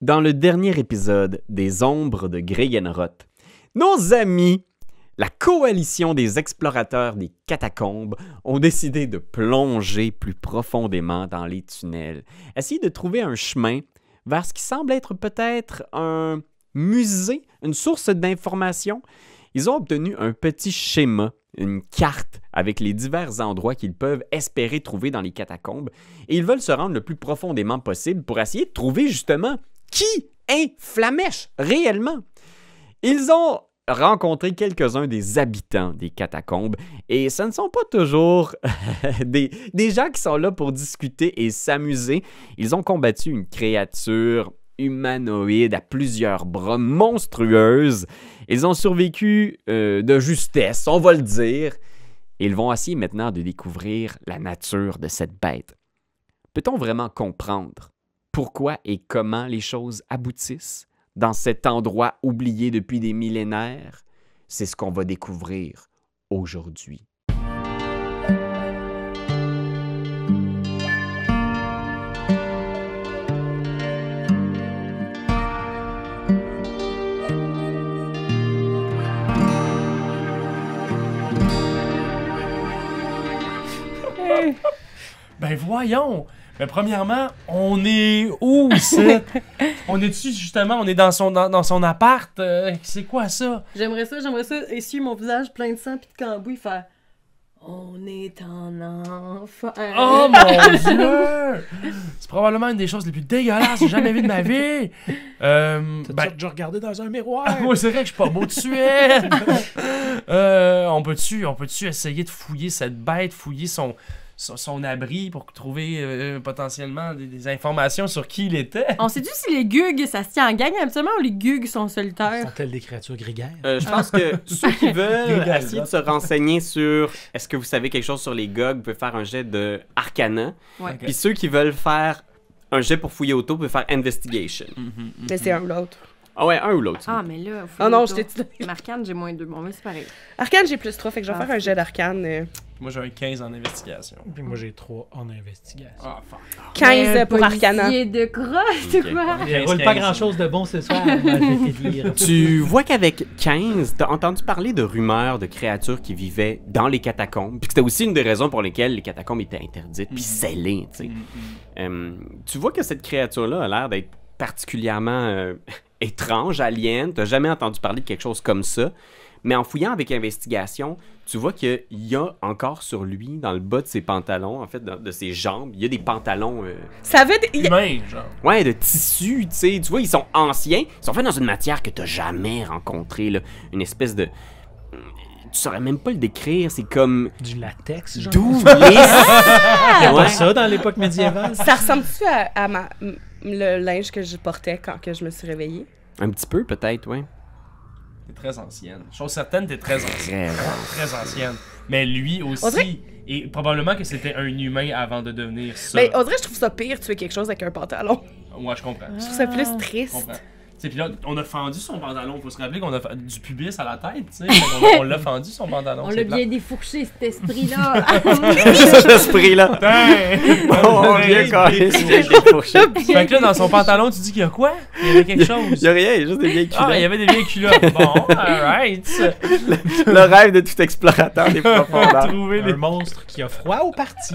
dans le dernier épisode des Ombres de Greyenroth, nos amis, la coalition des explorateurs des catacombes, ont décidé de plonger plus profondément dans les tunnels, essayer de trouver un chemin vers ce qui semble être peut-être un musée, une source d'information. Ils ont obtenu un petit schéma, une carte avec les divers endroits qu'ils peuvent espérer trouver dans les catacombes et ils veulent se rendre le plus profondément possible pour essayer de trouver justement qui est Flamèche réellement. Ils ont rencontré quelques-uns des habitants des catacombes et ce ne sont pas toujours des, des gens qui sont là pour discuter et s'amuser. Ils ont combattu une créature humanoïde à plusieurs bras monstrueuses. Ils ont survécu euh, de justesse, on va le dire. Ils vont essayer maintenant de découvrir la nature de cette bête. Peut-on vraiment comprendre pourquoi et comment les choses aboutissent dans cet endroit oublié depuis des millénaires? C'est ce qu'on va découvrir aujourd'hui. Ben voyons! Mais premièrement, on est où ici? on est dessus justement, on est dans son, dans, dans son appart. euh, c'est quoi ça? J'aimerais ça, j'aimerais ça essuyer mon visage plein de sang puis de cambouis faire On est en enfer. Oh mon dieu! C'est probablement une des choses les plus dégueulasses que j'ai jamais vues de ma vie! Euh, T'as ben, déjà déjà regardé dans un miroir? Ah, ouais, c'est vrai que je suis pas beau de suite! Euh, on peut-tu on peut essayer de fouiller cette bête, fouiller son, son, son abri pour trouver euh, potentiellement des, des informations sur qui il était? On sait-tu si les gugs, ça se tient en gang habituellement ou les gugs sont solitaires? Sont-elles des créatures grégaires? Euh, je pense que ceux qui veulent Des essayer de se renseigner sur est-ce que vous savez quelque chose sur les GOG peut faire un jet de Arcana. Ouais. Ok. Puis ceux qui veulent faire un jet pour fouiller auto peut faire Investigation. Mais c'est un ou l'autre. Ah ouais, un ou l'autre. Mm. Ah, mais là. faut Ah non, le je dos. t'ai dit. Marcane, j'ai moins deux. Bon, mais c'est pareil. Arcane, j'ai plus 3, fait que je vais Ah, faire un jet d'arcane. euh, Moi j'ai un 15 en investigation. Puis moi, j'ai 3 en investigation. Ah, fuck. 15 Un pour Arcana. Euh, policier de crosse, c'est Ok. quoi? Ah, Il roule pas grand-chose de bon ce soir. moi, je vais te dire. Tu vois qu'avec 15, t'as entendu parler de rumeurs de créatures qui vivaient dans les catacombes, puis que c'était aussi une des raisons pour lesquelles les catacombes étaient interdites, puis scellées, tu sais. Euh, tu vois que cette créature-là a l'air d'être particulièrement euh, étrange, alien, t'as jamais entendu parler de quelque chose comme ça, mais en fouillant avec investigation, tu vois qu'il y a encore sur lui, dans le bas de ses pantalons, en fait, dans- de ses jambes, il y a des pantalons... euh, Ça avait des. il- Humain, genre. Ouais, de tissu, tu sais. Tu vois, ils sont anciens. Ils sont faits dans une matière que t'as jamais rencontrée, là. Une espèce de. Tu saurais même pas le décrire. C'est comme. Du latex, genre. Ah! D'où les. C'était pas Ouais. ça dans l'époque médiévale? Ça ressemble-tu à, à ma- m- le linge que je portais quand que je me suis réveillée? Un petit peu, peut-être, ouais. T'es très ancienne. Chose certaine, t'es très ancienne. Très très ancienne. Mais lui aussi. On dirait- Et probablement que c'était un humain avant de devenir ça. Mais Ben, on dirait que je trouve ça pire tuer quelque chose avec un pantalon. Ouais, je comprends. Je trouve ça Ah. plus Je triste. comprends. T'sais, Puis là, on a fendu son pantalon. Faut se rappeler qu'on a fa- du pubis à la tête. tu on, on l'a fendu son pantalon. On c'est l'a blanc. bien défourché, cet esprit-là. Ah, ce prix-là. Putain! Oh, On vient quand même. Il Fait que là, dans son pantalon, tu dis qu'il y a quoi? Il y avait quelque chose. y a rien, il y a juste des vieilles Ah, il y culottes. avait des vieilles culottes. Bon, alright. Le rêve de tout explorateur des profondeurs. Trouver les. Un monstre qui a froid au parti.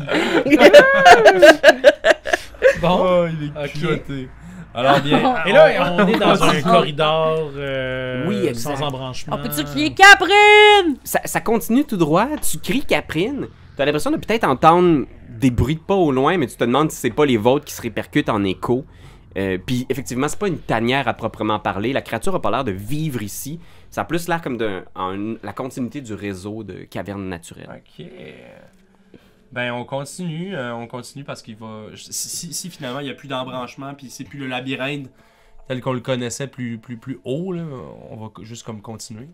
bon. Oh, il est Ah, Ok. culotté. Alors bien. Et là, on est dans un continue. corridor euh, Oui, exact. sans embranchement. On peut-tu crier Caprine? Ça, ça continue tout droit. Tu cries Caprine. T'as l'impression de peut-être entendre des bruits de pas au loin, mais tu te demandes si c'est pas les vôtres qui se répercutent en écho. Euh, Puis effectivement, c'est pas une tanière à proprement parler. La créature a pas l'air de vivre ici. Ça a plus l'air comme d'un- en- la continuité du réseau de cavernes naturelles. Ok. Ben, on continue. euh, on continue parce qu'il va. Si, si- si finalement il n'y a plus d'embranchement, puis c'est plus le labyrinthe tel qu'on le connaissait plus, plus, plus haut, là, on va co- juste comme continuer.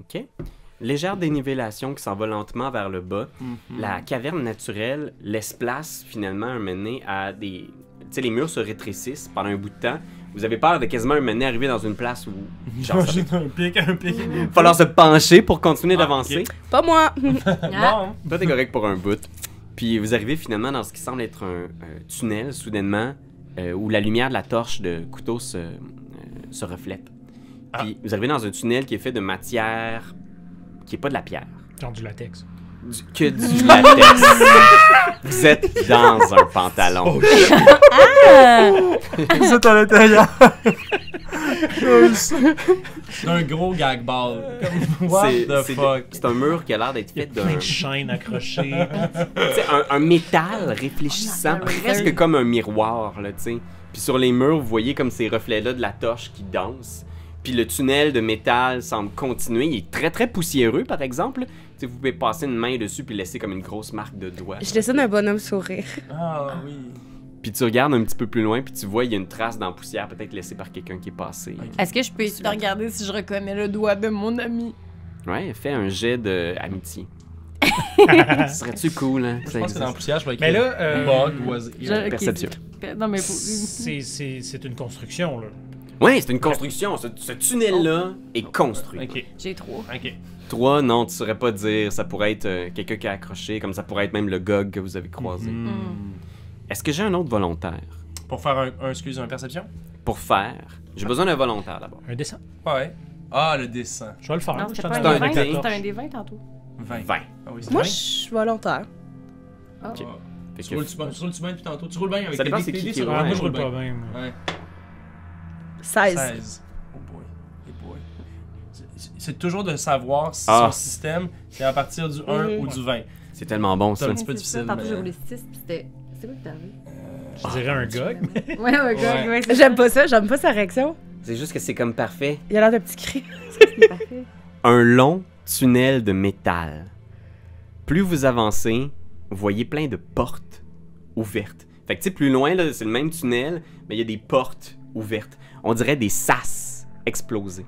Ok. Légère dénivellation qui s'en va lentement vers le bas. La caverne naturelle laisse place finalement un mené à des. Tu sais, les murs se rétrécissent pendant un bout de temps. Vous avez peur de quasiment un mené arriver dans une place où. Genre, ça va J'imagine un pic, un pic. falloir se pencher pour continuer Ah, d'avancer. Pas moi! Ah, Non. Toi, t'es correct pour un bout. Puis vous arrivez finalement dans ce qui semble être un euh, tunnel, soudainement. euh, où la lumière de la torche de couteau se, euh, se reflète. Ah. Puis vous arrivez dans un tunnel qui est fait de matière qui est pas de la pierre, Genre du latex. du- que du latex. vous êtes dans un pantalon. Oh, Vous êtes à l'intérieur. C'est un gros gag ball. Comme, What C'est- the c'est- fuck? C'est un mur qui a l'air d'être fait Plein d'un de chaînes accrochées. tu sais, un, un métal réfléchissant, Oh, presque comme un miroir, là, tu sais. Puis sur les murs, vous voyez comme ces reflets-là de la torche qui dansent. Puis le tunnel de métal semble continuer. Il est très, très poussiéreux, par exemple. Tu sais, vous pouvez passer une main dessus puis laisser comme une grosse marque de doigt. Je dessine un bonhomme sourire. Ah oui. Puis tu regardes un petit peu plus loin, puis tu vois, il y a une trace dans la poussière, peut-être laissée par quelqu'un qui est passé. Est-ce que je peux essayer de regarder si je reconnais le doigt de mon ami? Ouais, fais un jet d'amitié. Serais-tu cool, hein? Je pense que dans le poussière, je vais Mais écrire. là, euh, Bug was Je- here. ok, Perception. c'est- Non, mais faut... c'est- c'est c'est une construction, là. Ouais, c'est une construction. Ce, ce tunnel-là est construit. Ok, j'ai trop. ok. Trois, non, tu saurais pas dire. Ça pourrait être euh, quelqu'un qui a accroché, comme ça pourrait être même le gog que vous avez croisé. Mm. Est-ce que j'ai un autre volontaire Pour faire un, un excuse, un perception? Pour faire, j'ai besoin d'un volontaire d'abord. Un dessin. Ouais. Ah, le dessin. Je vais le faire. Non, je c'était t'en pas ai un un avec des vingt, la D20, torche. c'était un des 20 tantôt. 20. 20. Ah oui, c'est Moi, 20. je suis volontaire. Ah. Fait Tu que- roules-tu bien- tu roules-tu bien depuis tantôt? Tu roules bien avec Ça tes dépend dés- c'est tes qui dés qui sur- roule. Ah, Ouais, moi, Ouais, je roule pas bien. moi. Ouais. 16. 16. Oh boy. Hey boy. C'est- C'est toujours de savoir si Ah. son système, c'est à partir du 1 Mhm. ou du 20. C'est tellement bon ça. Un petit peu C'est difficile, ça, Tantôt, mais- j'ai roulé 6, puis c'était... C'est quoi que t'as vu? Je dirais un gog. Ouais, un gars, Ouais. ouais, c'est J'aime pas ça, j'aime pas sa réaction. C'est juste que c'est comme parfait. Il a l'air d'un petit cri. c'est parfait. Un long tunnel de métal. Plus vous avancez, vous voyez plein de portes ouvertes. Fait que tu sais, plus loin, là, c'est le même tunnel, mais il y a des portes ouvertes. On dirait des sas explosées.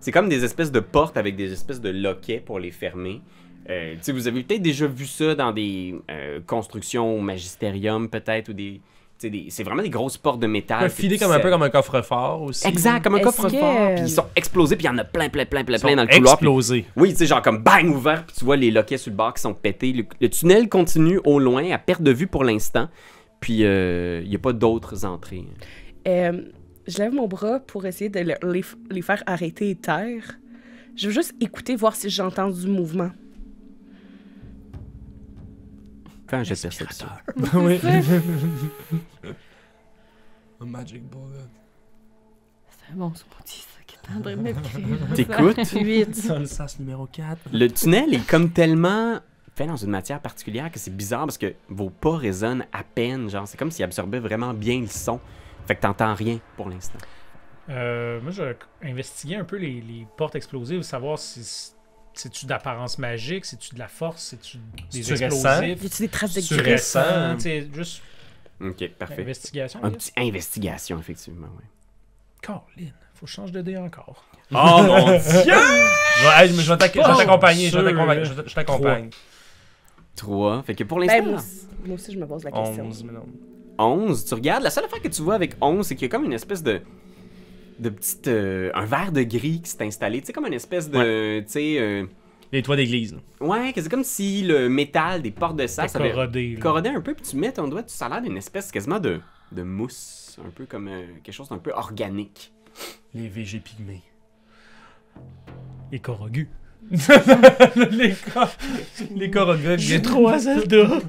C'est comme des espèces de portes avec des espèces de loquets pour les fermer. Euh, tu sais, vous avez peut-être déjà vu ça dans des euh, constructions au magisterium, peut-être, ou des. tu sais, des- C'est vraiment des grosses portes de métal. Un que filet tu comme un sais- peu comme un coffre-fort aussi. Exact, Ah, comme un Est-ce coffre-fort. que- euh, Puis ils sont explosés, puis il y en a plein, plein, plein, plein, Ils sont plein dans le couloir. puis- Explosé. oui, tu sais, genre comme bang ouvert, puis tu vois les loquets sur le bord qui sont pétés. Le, le tunnel continue au loin, à perte de vue pour l'instant. Puis il n'y a pas d'autres entrées. Euh, je lève mon bras pour essayer de le- les, les faire arrêter et taire. Je veux juste écouter, voir si j'entends du mouvement. Fais un jet de perception. oui. Un Oh, magic bullet. C'est un bon spooky, ça, qui est en train de m'écrire. T'écoutes? 8. Ça, le sas numéro 4. Le tunnel est comme tellement fait dans une matière particulière que c'est bizarre parce que vos pas résonnent à peine. Genre, c'est comme s'ils absorbaient vraiment bien le son. Fait que t'entends rien pour l'instant. Euh, moi, je vais investiguer un peu les, les portes explosives, savoir si c'est-tu d'apparence magique, c'est-tu de la force, c'est-tu des C'est-tu Y a explosifs, des traces de c'est griffes? récent, hein, tu sais, juste Ok, parfait. investigation. Un là. petit investigation, effectivement. ouais. Colin, faut que je change de dé encore. Oh mon dieu! Je vais- hey, je vais t'ac- je vais t'accompagner, je Sûr, vais t'accompagner, là. je vais- je t'accompagne. Trois. Fait que pour Ben, l'instant, moi, aussi, moi aussi, je me pose la question. 11, mais non. 11, tu regardes, la seule affaire que tu vois avec 11, c'est qu'il y a comme une espèce de de petite euh, un verre de gris qui s'est installé, tu sais comme une espèce de tu sais euh, Les toits d'église. là. ouais, que c'est comme si le métal des portes de sac Ça avait corrodé. là. corrodé un peu puis tu mets ton doigt, tu ça a l'air d'une espèce quasiment de de mousse, un peu comme euh, quelque chose d'un peu organique. Les VG pygmées. Et corrogu. les cor... les corogres. J'ai trop à Zelda.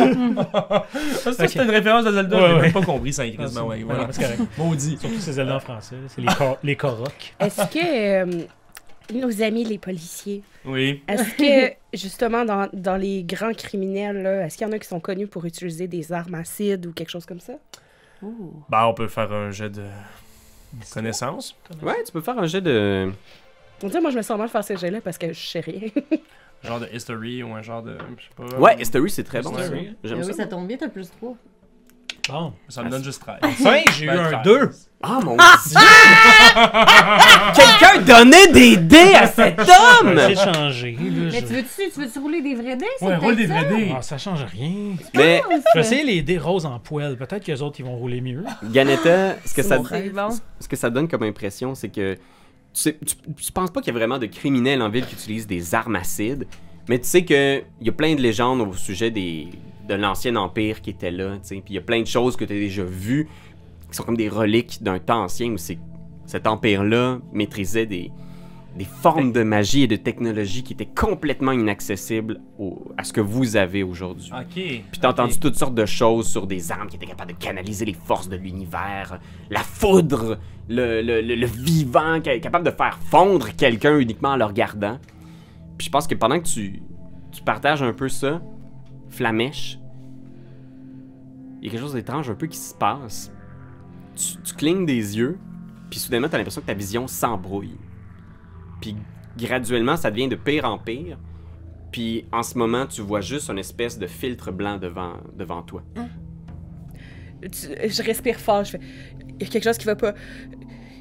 Ça, Ok. c'était une référence à Zelda, Ouais, j'ai ouais. même pas compris ça, Ah, incroyablement. Ouais, c'est- voilà. non, c'est correct. Maudit. Surtout ces Zelda en français, là, c'est les, cor les Koroks. Est-ce que euh, nos amis les policiers, Oui. est-ce que justement dans, dans les grands criminels, là, est-ce qu'il y en a qui sont connus pour utiliser des armes acides ou quelque chose comme ça? Bah, on peut faire un jet de connaissance. Ouais, tu peux faire un jet de On dirait, moi, je me sens mal de faire ces jeux-là parce que je sais rien. Genre de history ou un genre de. Je sais pas. Ouais, history c'est très bon. ça. History. J'aime Ah oui, Ah ça. ça tombe bien, t'as plus 3. Bon. Ça me donne juste 13. Enfin, j'ai eu un 2. Ah mon dieu. Quelqu'un donnait des dés à cet homme. J'ai changé. là, Mais je- tu veux-tu tu veux-tu rouler des vrais dés? c'est Ouais, roule peut-être des ça? vrais dés. Ah, ça change rien. Mais Je vais essayer les dés roses en poêle. Peut-être que les autres, ils vont rouler mieux. Ganetta, ce que ça C'est bon. ce que ça donne comme impression, c'est que tu, sais- tu, tu penses pas qu'il y a vraiment de criminels en ville qui utilisent des armes acides, mais tu sais que il y a plein de légendes au sujet des, de l'ancien empire qui était là, tu sais. Puis il y a plein de choses que tu as déjà vues qui sont comme des reliques d'un temps ancien où c'est- cet empire-là maîtrisait des, des formes de magie et de technologie qui étaient complètement inaccessibles au- à ce que vous avez aujourd'hui. Ok. Puis t'as entendu toutes sortes de choses sur des armes qui étaient capables de canaliser les forces de l'univers, la foudre, le, le- le- le vivant qui est capable de faire fondre quelqu'un uniquement en le regardant. Puis je pense que pendant que tu, tu partages un peu ça, Flamèche, il y a quelque chose d'étrange un peu qui se passe. Tu, tu clignes des yeux, puis soudainement t'as l'impression que ta vision s'embrouille. Puis graduellement ça devient de pire en pire. Puis en ce moment, tu vois juste une espèce de filtre blanc devant, devant toi. Tu- je respire fort, je fais. Il y a quelque chose qui va pas.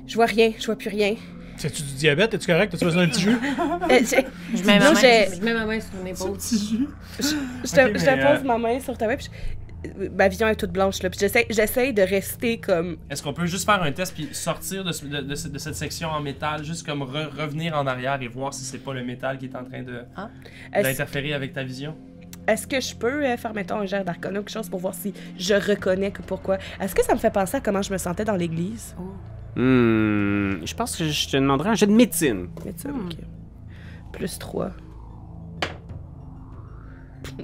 Je vois rien, je vois plus rien. C'est-tu du diabète? Es-tu correct? As-tu besoin d'un petit jus? Euh, j'ai- Je mets, ma Non, main, j'ai- je mets ma main sur mon épaule. Je te, Ok, je te mais, pose euh, ma main sur ta main, puis je- ma vision est toute blanche, là. Puis j'essaie, j'essaie de rester comme. Est-ce qu'on peut juste faire un test puis sortir de, ce- de- de ce- de cette section en métal, juste comme re- revenir en arrière et voir si c'est pas le métal qui est en train de Est-ce, d'interférer avec ta vision? est-ce que je peux euh, faire, mettons, un gère d'arcana ou quelque chose pour voir si je reconnais que pourquoi. Est-ce que ça me fait penser à comment je me sentais dans l'église? Hmm, je pense que je te demanderai un jet de médecine. Mais ça, ok. Plus 3.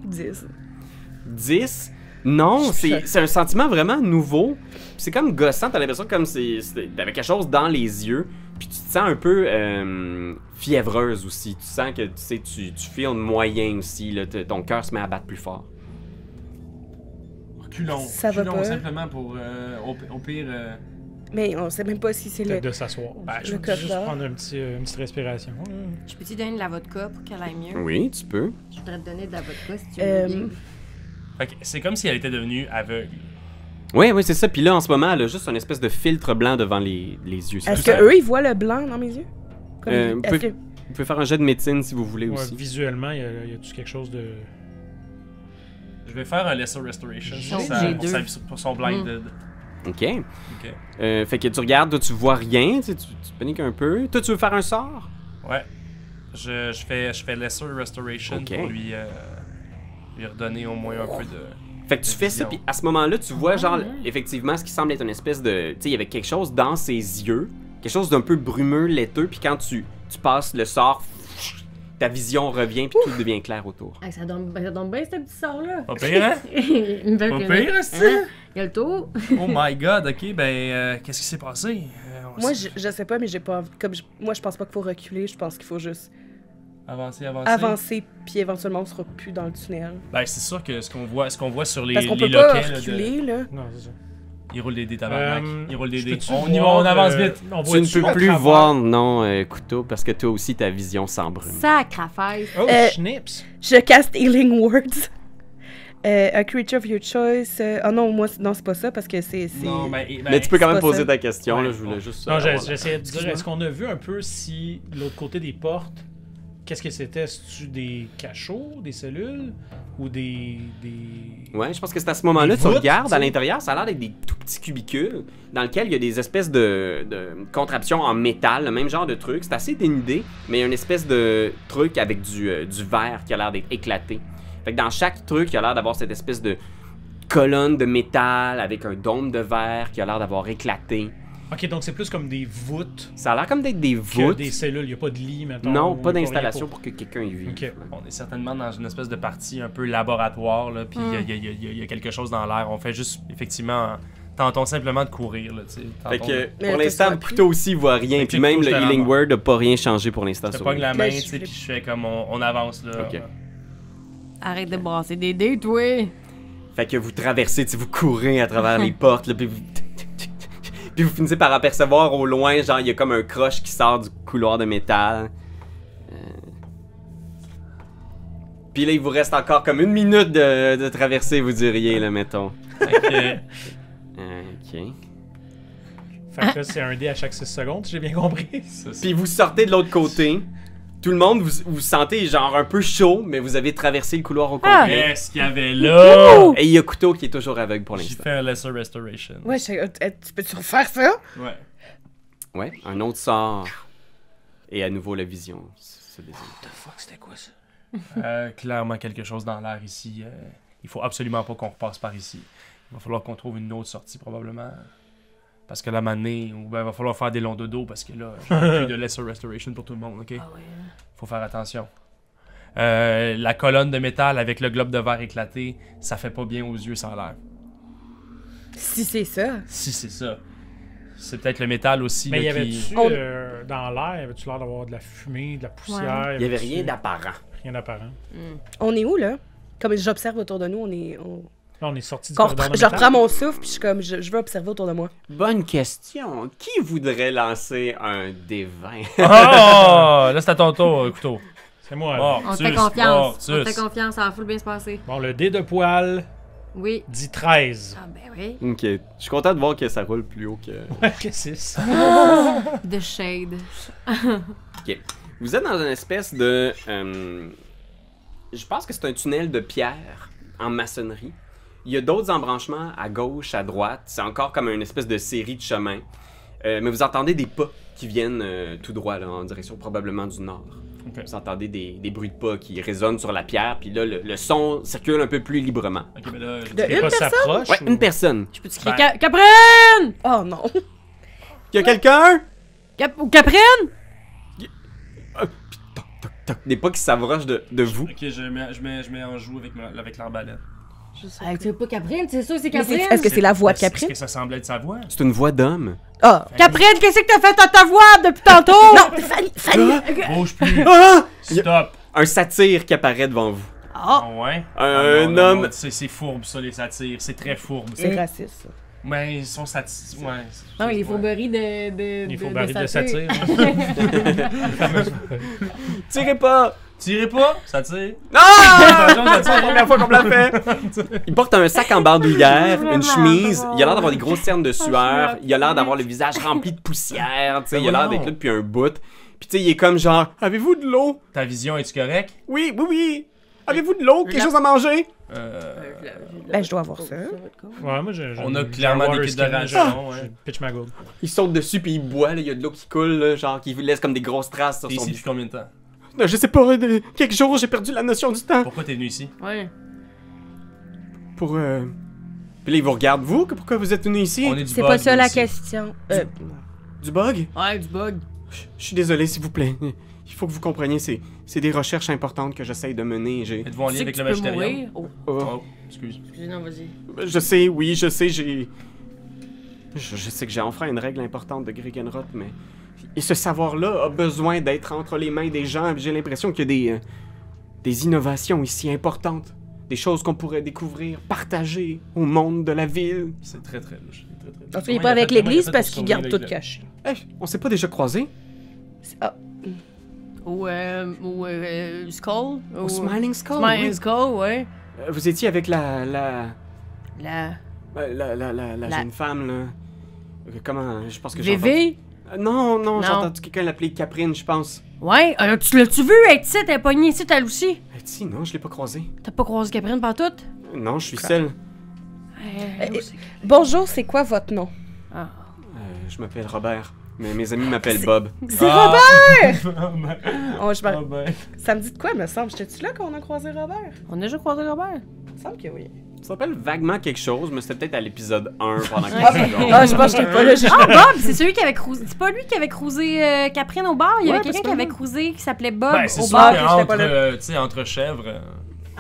10. 10. Non, Je suis c'est choquée. c'est un sentiment vraiment nouveau. Puis C'est comme gossant, t'as l'impression comme si si t'avais quelque chose dans les yeux. Puis tu te sens un peu euh, fiévreuse aussi. Tu sens que tu sais, tu, tu filmes moyen aussi. Là, T- ton cœur se met à battre plus fort. Reculons. Ça va Reculons pas. simplement pour, euh, au, au pire... euh, Mais on sait même pas si c'est le. Peut-être de s'asseoir. Ben, je Le vais juste cauchemar. prendre un petit, euh, une petite respiration. Je peux-tu donner de la vodka pour qu'elle aille mieux? Oui, tu peux. Je voudrais te donner de la vodka si tu veux. Euh, bien. fait que c'est comme si elle était devenue aveugle. Oui, oui, c'est ça. Puis là, en ce moment, elle a juste un espèce de filtre blanc devant les, les yeux. C'est Est-ce ça. que eux ils voient le blanc dans mes yeux? Comme- Euh, est-ce peu- que- Vous pouvez faire un jet de médecine si vous voulez Ouais, aussi. visuellement, y a- y a-tu quelque chose de. Je vais faire un Lesser Restoration J'ai- sur sa- j'ai pour, sa- deux. pour son blinded. Hmm. Ok. Ok. Euh, fait que tu regardes, toi, tu vois rien, tu, sais, tu, tu paniques un peu. Toi, tu veux faire un sort? Ouais. Je, je fais, je fais Lesser Restoration Ok. pour lui, euh, lui redonner au moins un peu de... Fait que tu fais ça, puis à ce moment-là, tu Ah, vois, genre, effectivement, ce qui semble être une espèce de. Tu sais, il y avait quelque chose dans ses yeux, quelque chose d'un peu brumeux, laiteux, puis quand tu, tu passes le sort, ta vision revient, puis tout devient clair autour. Ah, ça donne, ça donne bien ce petit sort-là. Pas pire, hein? Une belle Pas clé. pire, c'est Hein? Il y a le tour. Oh my god, ok, ben, euh, qu'est-ce qui s'est passé? Euh, on Moi, s'est- je, je sais pas, mais j'ai pas envie. Comme je- moi, je pense pas qu'il faut reculer. Je pense qu'il faut juste Avancer, avancer. avancer, puis éventuellement, on sera plus dans le tunnel. Ben, c'est sûr que ce qu'on voit, ce qu'on voit sur les, Parce qu'on les peut pas loquets, là, de- reculer, là. Non, c'est ça. ils roulent des dés, tabarnak. Euh, ils roulent des je dés. peux-tu On y va, voir, on avance euh, vite. on Tu ne voit-tu peux à plus travers- voir, non, euh, couteau, parce que toi aussi, ta vision s'embrume. Sacre affaire. Oh, Euh, schnips! Je cast Healing Words. Euh, a creature of your choice. euh, Ah non, moi, c'est- non, c'est pas ça parce que c'est. c'est- Non, ben, eh, ben, Mais tu peux quand c'est même pas poser ça. ta question, là, Ouais. je voulais juste. Non, euh, j'ai- avoir la- j'essayais de dire, Excuse-moi. est-ce qu'on a vu un peu si de l'autre côté des portes, qu'est-ce que c'était? Est-ce-tu des cachots, des cellules ou des. des... Ouais, je pense que c'est à ce moment-là, Des tu voûtes, regardes à tu sais. l'intérieur, ça a l'air d'être des tout petits cubicules dans lesquels il y a des espèces de, de contraptions en métal, le même genre de truc. C'est assez dénudé, mais il y a une espèce de truc avec du, euh, du verre qui a l'air d'être éclaté. Fait que dans chaque truc, il y a l'air d'avoir cette espèce de colonne de métal avec un dôme de verre qui a l'air d'avoir éclaté. Ok, donc c'est plus comme des voûtes Ça a l'air comme d'être des que voûtes. des cellules. Il n'y a pas de lit maintenant. Non, pas d'installation pour que quelqu'un y vive. Ok. On est certainement dans une espèce de partie un peu laboratoire, là, puis il y Hmm. a- il y, a- il y a- il y a- il y a quelque chose dans l'air. On fait juste, effectivement, tentons simplement de courir, là, tu sais. Fait Tentons que euh, de- Mais pour elle l'instant, peut se plutôt aussi, il voit rien. Fait Puis que même Crypto, le c'est la Healing mort. Word n'a pas rien changé pour l'instant. Je te sur pogne lui. la Là, main, je tu sais, fais- puis je fais comme on, on avance, là. Ok. Arrête de brasser des dés, toi. Fait que vous traversez, tu sais, vous courez à travers les portes, là, puis vous... puis vous finissez par apercevoir au loin, genre, il y a comme un croche qui sort du couloir de métal. Euh. Puis là, il vous reste encore comme une minute de, de traversée, vous diriez, là, mettons. Fait que- Euh, ok. Fait que là, c'est un dé à chaque 6 secondes, si j'ai bien compris. ça, c'est- Puis vous sortez de l'autre côté. Tout le monde, vous vous sentez genre un peu chaud, mais vous avez traversé le couloir au complet. Qu'est-ce qu'il y avait là? Et il y a Couteau qui est toujours aveugle pour J'ai l'instant. fait un Lesser Restoration. Ouais, je- euh, tu peux-tu refaire ça? Ouais. Ouais, un autre sort. Et à nouveau la vision. se- se dessine. Fuck, c'était quoi ça? Euh, clairement quelque chose dans l'air ici. euh, Il faut absolument pas qu'on repasse par ici. Il va falloir qu'on trouve une autre sortie, probablement. Parce que la manée, ou ben, il va falloir faire des longs dodo parce que là, j'ai plus de lesser restoration pour tout le monde, ok? Ah ouais. hein. faut faire attention. Euh, la colonne de métal avec le globe de verre éclaté, ça fait pas bien aux yeux, ça a l'air. Si c'est ça. Si c'est ça. C'est peut-être le métal aussi. Mais là, y qui... avait-tu On- euh, dans l'air, y avait-tu l'air d'avoir de la fumée, de la poussière Il n'y avait y avait-tu rien d'apparent. rien d'apparent. On est où, là? Comme j'observe autour de nous, on est. on- Là, on est sorti du Quand on corridor reprend- de je métal. reprends mon souffle, puis je suis comme, je, je veux observer autour de moi. Bonne question. Qui voudrait lancer un D20? Ah! là, c'est à ton tour, euh, couteau. C'est moi. là. Mort, On te sus, fait confiance. mort, On te fait sus. confiance, ça va full bien se passer. Bon, le dé de poil Oui. dit 13. Ah ben oui. Ok. Je suis content de voir que ça roule plus haut que. Ah. Qu'est-ce que c'est ça? The Shade. Vous êtes dans une espèce de. euh, je pense que c'est un tunnel de pierre en maçonnerie. Il y a d'autres embranchements à gauche, à droite. C'est encore comme une espèce de série de chemins. Euh, mais vous entendez des pas qui viennent euh, tout droit, là, en direction probablement du nord. Ok. Vous entendez des, des bruits de pas qui résonnent sur la pierre, puis là, le, le son circule un peu plus librement. Ok, mais là, je- De Les une pas s'approchent? Ouais, ou- une personne. Je peux-tu Ben. crier Ca- Caprine! Oh non! Il y a quelqu'un? Cap- ou Caprine! Ah, Toc, Des pas qui s'avrochent de, de vous. Ok, je mets, je, mets, je mets en joue avec, ma- avec l'arbalète. Ah, tu veux pas Caprine, c'est sûr, c'est Mais c'est- Caprine! Est-ce que c'est la voix de Est-ce Caprine? Ben, que ça semblait être sa voix? C'est une voix d'homme. Ah! Caprine, qu'est-ce que t'as fait à ta voix depuis tantôt? Non! Fanny! Fanny! Bouge plus! Ah! Stop! Un satyre qui apparaît devant vous. Ah! Ah ouais? Un Ah non, non, homme- non, C'est c'est fourbe, ça, les satires. C'est très fourbe. C'est raciste, ça. Mais ils sont satires. Ouais. Non, les ouais. fourberies de. de Il de- faut barrer de satire. satire. Tirez pas! Tirez pas! Satire! Non! Attention, C'est la satire! première fois qu'on me l'a fait. Il porte un sac en bandoulière, une chemise. Il a l'air d'avoir des grosses cernes de Ah, sueur. Il a l'air d'avoir le visage rempli de poussière. tu sais, il a l'air d'être là depuis un bout. Puis tu sais, il est comme genre, avez-vous de l'eau? Ta vision, est tu correcte? Oui, oui, oui. Avez-vous de l'eau? Quelque chose à manger? Euh, Ben, je dois Oh, avoir ça. hein? Ouais, moi, j'ai- j'ai- On a j'ai un clairement water des kits de skin, rage, j'ai- non, ouais. j'ai Pitch ma gourde. Il saute dessus puis il boit. là. Il y a de l'eau qui coule, là, genre qui laisse comme des grosses traces sur T'es son ici visage. depuis combien de temps? Non, Je sais pas, euh, de- quelques jours, j'ai perdu la notion du temps. Pourquoi t'es venu ici? Ouais. Pour. euh, Puis là, il vous regarde, vous, que- pourquoi vous êtes venu ici? est du C'est bug, pas ça nous, la ici. question. Euh, Du bug? Ouais, du bug. Je suis désolé, s'il vous plaît. Il faut que vous compreniez, c'est, c'est des recherches importantes que j'essaye de mener. J'ai... Êtes-vous en Tu lien sais que avec tu le peux magitarium? mourir. Oh, Oh, Oh, excuse. excusez, non, vas-y. je sais, oui, je sais, j'ai... Je, je sais que j'ai enfin une règle importante de Gregenroth, mais... Et ce savoir-là a besoin d'être entre les mains des gens. J'ai l'impression qu'il y a des... euh, des innovations ici importantes. Des choses qu'on pourrait découvrir, partager au monde de la ville. C'est très très louche. c'est Très, très louche. En tout cas, il est Comment pas a avec fait- comment il a l'église fait parce pour qu'il survivre garde avec tout le- caché. Eh, on s'est pas déjà croisés? C'est- Ah, Ou, euh, ou euh, Skull. Au Oh. ou- Smiling Skull, Smiling oui. Skull, ouais. Euh, Vous étiez avec la... la... La Euh, La, la, la, la La- jeune femme, là. Euh, Comment Je pense que j'ai. entendu- VV. Euh, Non, non, Non. j'ai entendu quelqu'un l'appeler Caprine, je pense. Ouais, euh, tu l'as-tu vu être ici? T'es pognée ici, t'as aussi. Euh, si, non, je l'ai pas croisée. T'as pas croisé Caprine pantoute? Euh, Non, je suis seul. Euh, Euh, où c'est que- Bonjour, c'est quoi votre nom? Ah. Euh, je m'appelle Robert, mais mes amis m'appellent Bob. C'est Ah. Robert! Ah Oh, je m'en- ben. Ça me dit de quoi, me semble? J'étais-tu là qu'on a croisé Robert? On a déjà croisé Robert? Il me semble que oui. Ça s'appelle vaguement quelque chose, mais c'était peut-être à l'épisode 1 pendant Ah, quelques ben, secondes. ah, je pense que j'étais pas là. j'ai- Ah, Bob, c'est celui qui avait crousé. C'est pas lui qui avait crousé euh, Caprine au bar. Il y Ouais, avait quelqu'un parce qui que- avait crousé qui s'appelait Bob Ben, c'est au sûr bar. que que j'étais pas entre, là. euh, tu sais, entre chèvres. euh,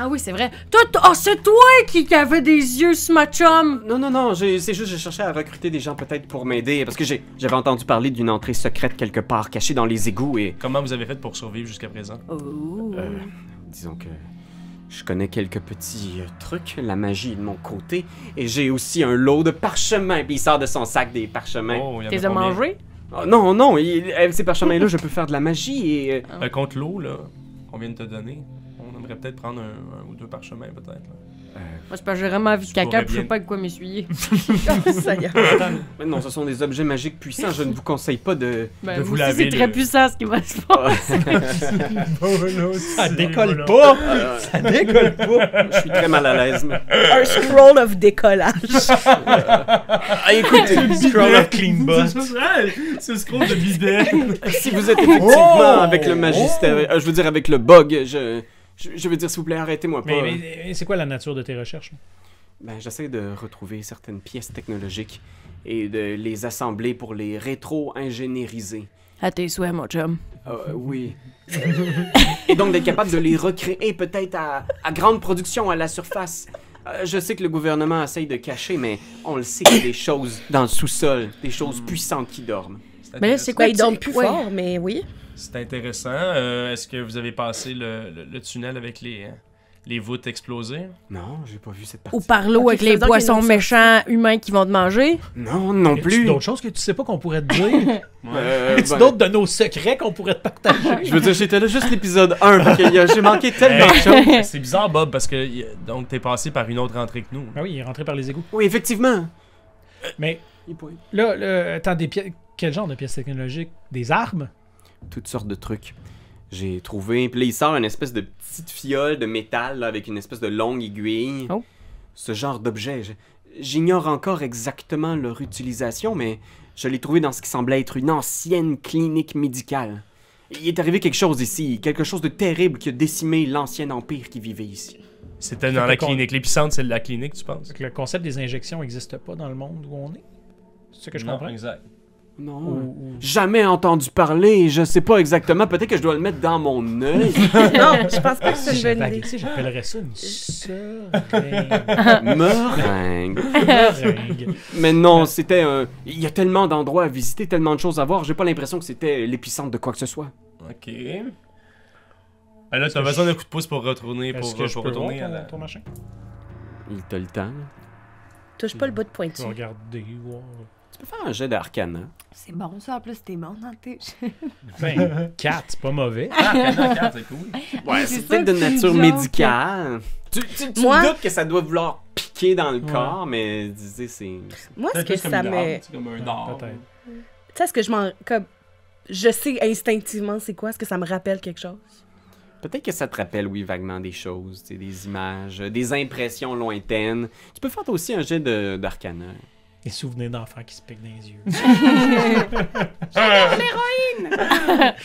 Ah oui, c'est vrai. Toi, t- ah, c'est toi qui qui avais des yeux sur ma chum. Non, non, non, j'ai- c'est juste, je cherchais à recruter des gens peut-être pour m'aider, parce que j'ai- j'avais entendu parler d'une entrée secrète quelque part, cachée dans les égouts, et Comment vous avez fait pour survivre jusqu'à présent? Oh. Euh, disons que je connais quelques petits euh, trucs, la magie est de mon côté, et j'ai aussi un lot de parchemins. Puis il sort de son sac des parchemins. Oh, Oh, il y en a T'es à combien? manger? non, non, il- avec ces parchemins-là, je peux faire de la magie et. euh, Ah. Euh, contre l'eau, là, qu'on vient de te donner, on aimerait peut-être prendre un, un ou deux parchemins, peut-être. là. Euh, Moi, c'est parce que j'ai vraiment envie de caca, pourrais puis je sais bien. pas avec quoi m'essuyer. Ah, ça y est. mais non, ce sont des objets magiques puissants, je ne vous conseille pas de. Ben, De vous vous aussi, laver c'est très le- puissant ce qui va se passer. Ça décolle pas! ça décolle pas! Je suis très mal à l'aise. mais- Un scroll of décollage. Ah, écoutez, Scroll of clean boss. Ce scroll de bidet! si vous êtes effectivement avec le magistère, euh, je veux dire avec le bug, je. Je, je veux dire, s'il vous plaît, arrêtez-moi Mais, pas. mais- mais c'est quoi la nature de tes recherches? Ben, j'essaie de retrouver certaines pièces technologiques et de les assembler pour les rétro-ingénieriser. À tes souhaits, mon chum. Euh, oui. et donc d'être capable de les recréer peut-être à, à grande production à la surface. Euh, je sais que le gouvernement essaye de cacher, mais on le sait qu'il y a des choses dans le sous-sol, des choses puissantes qui dorment. Mais là, c'est quoi? Ouais, Ils tu- dorment plus ouais. fort, mais oui. C'est intéressant. Euh, Est-ce que vous avez passé le, le- le tunnel avec les, euh, les voûtes explosées? Non, j'ai pas vu cette partie. Ou par l'eau Ok, avec ça les veut dire poissons qu'il y a une méchants humains qui vont te manger. Non, non Y a-tu plus. d'autres choses que tu sais pas qu'on pourrait te dire? Euh, Y a-tu ben, d'autres de nos secrets qu'on pourrait te partager? Je veux dire, j'étais là juste l'épisode 1 parce que y a- j'ai manqué tellement de Hey. choses. Ben, c'est bizarre, Bob, parce que y a- donc t'es passé par une autre entrée que nous. Ah oui, il est rentré par les égouts. Oui, effectivement. Mais là, là attends, des pièces... Quel genre de pièces technologiques? Des armes? toutes sortes de trucs. J'ai trouvé. Puis là, il sort une espèce de petite fiole de métal là, avec une espèce de longue aiguille. Oh. Ce genre d'objet. je- J'ignore encore exactement leur utilisation, mais je l'ai trouvé dans ce qui semblait être une ancienne clinique médicale. Il est arrivé quelque chose ici, quelque chose de terrible qui a décimé l'ancien empire qui vivait ici. C'était dans la Fait qu'on- clinique. L'épicentre, c'est la clinique, tu penses? Fait que le concept des injections n'existe pas dans le monde où on est. C'est ce que je Non, comprends? Exact. Non. Ou- ou- Jamais entendu parler, je sais pas exactement, peut-être que je dois le mettre dans mon œil. Non, je pense pas que c'est Si une bonne j'avais idée. agressé, j'appellerais ça une seringue. Meringue. Meringue. Mais non, c'était un. Il y a tellement d'endroits à visiter, tellement de choses à voir, j'ai pas l'impression que c'était l'épicentre de quoi que ce soit. Ok. Ah, là, t'as besoin d'un coup de pouce pour retourner, pour, euh, Est-ce que je pour peux voir retourner à ton, la... ton machin? Il t'a le temps. Touche pas le bout de pointu. Tu vas regarder, voir. Tu peux faire un jet d'arcane. C'est bon, ça. En plus, t'es bon dans tes. Ben, 4, c'est pas mauvais. Ah, la carte, c'est cool. Ouais, c'est c'est ça peut-être de que tu nature me dis, médicale. Tu, tu, tu Moi- doutes que ça doit vouloir piquer dans le corps, mais disais, c'est. Moi, ce Peut-être que plus comme ça une me. arme, c'est comme un Ouais, dard. peut-être. Tu sais, ce que je m'en. Comme... Je sais instinctivement c'est quoi, est-ce que ça me rappelle quelque chose? Peut-être que ça te rappelle, oui, vaguement des choses, tu sais, des images, euh, des impressions lointaines. Tu peux faire toi aussi un jet de- d'arcane. Les souvenirs d'enfants qui se piquent dans les yeux.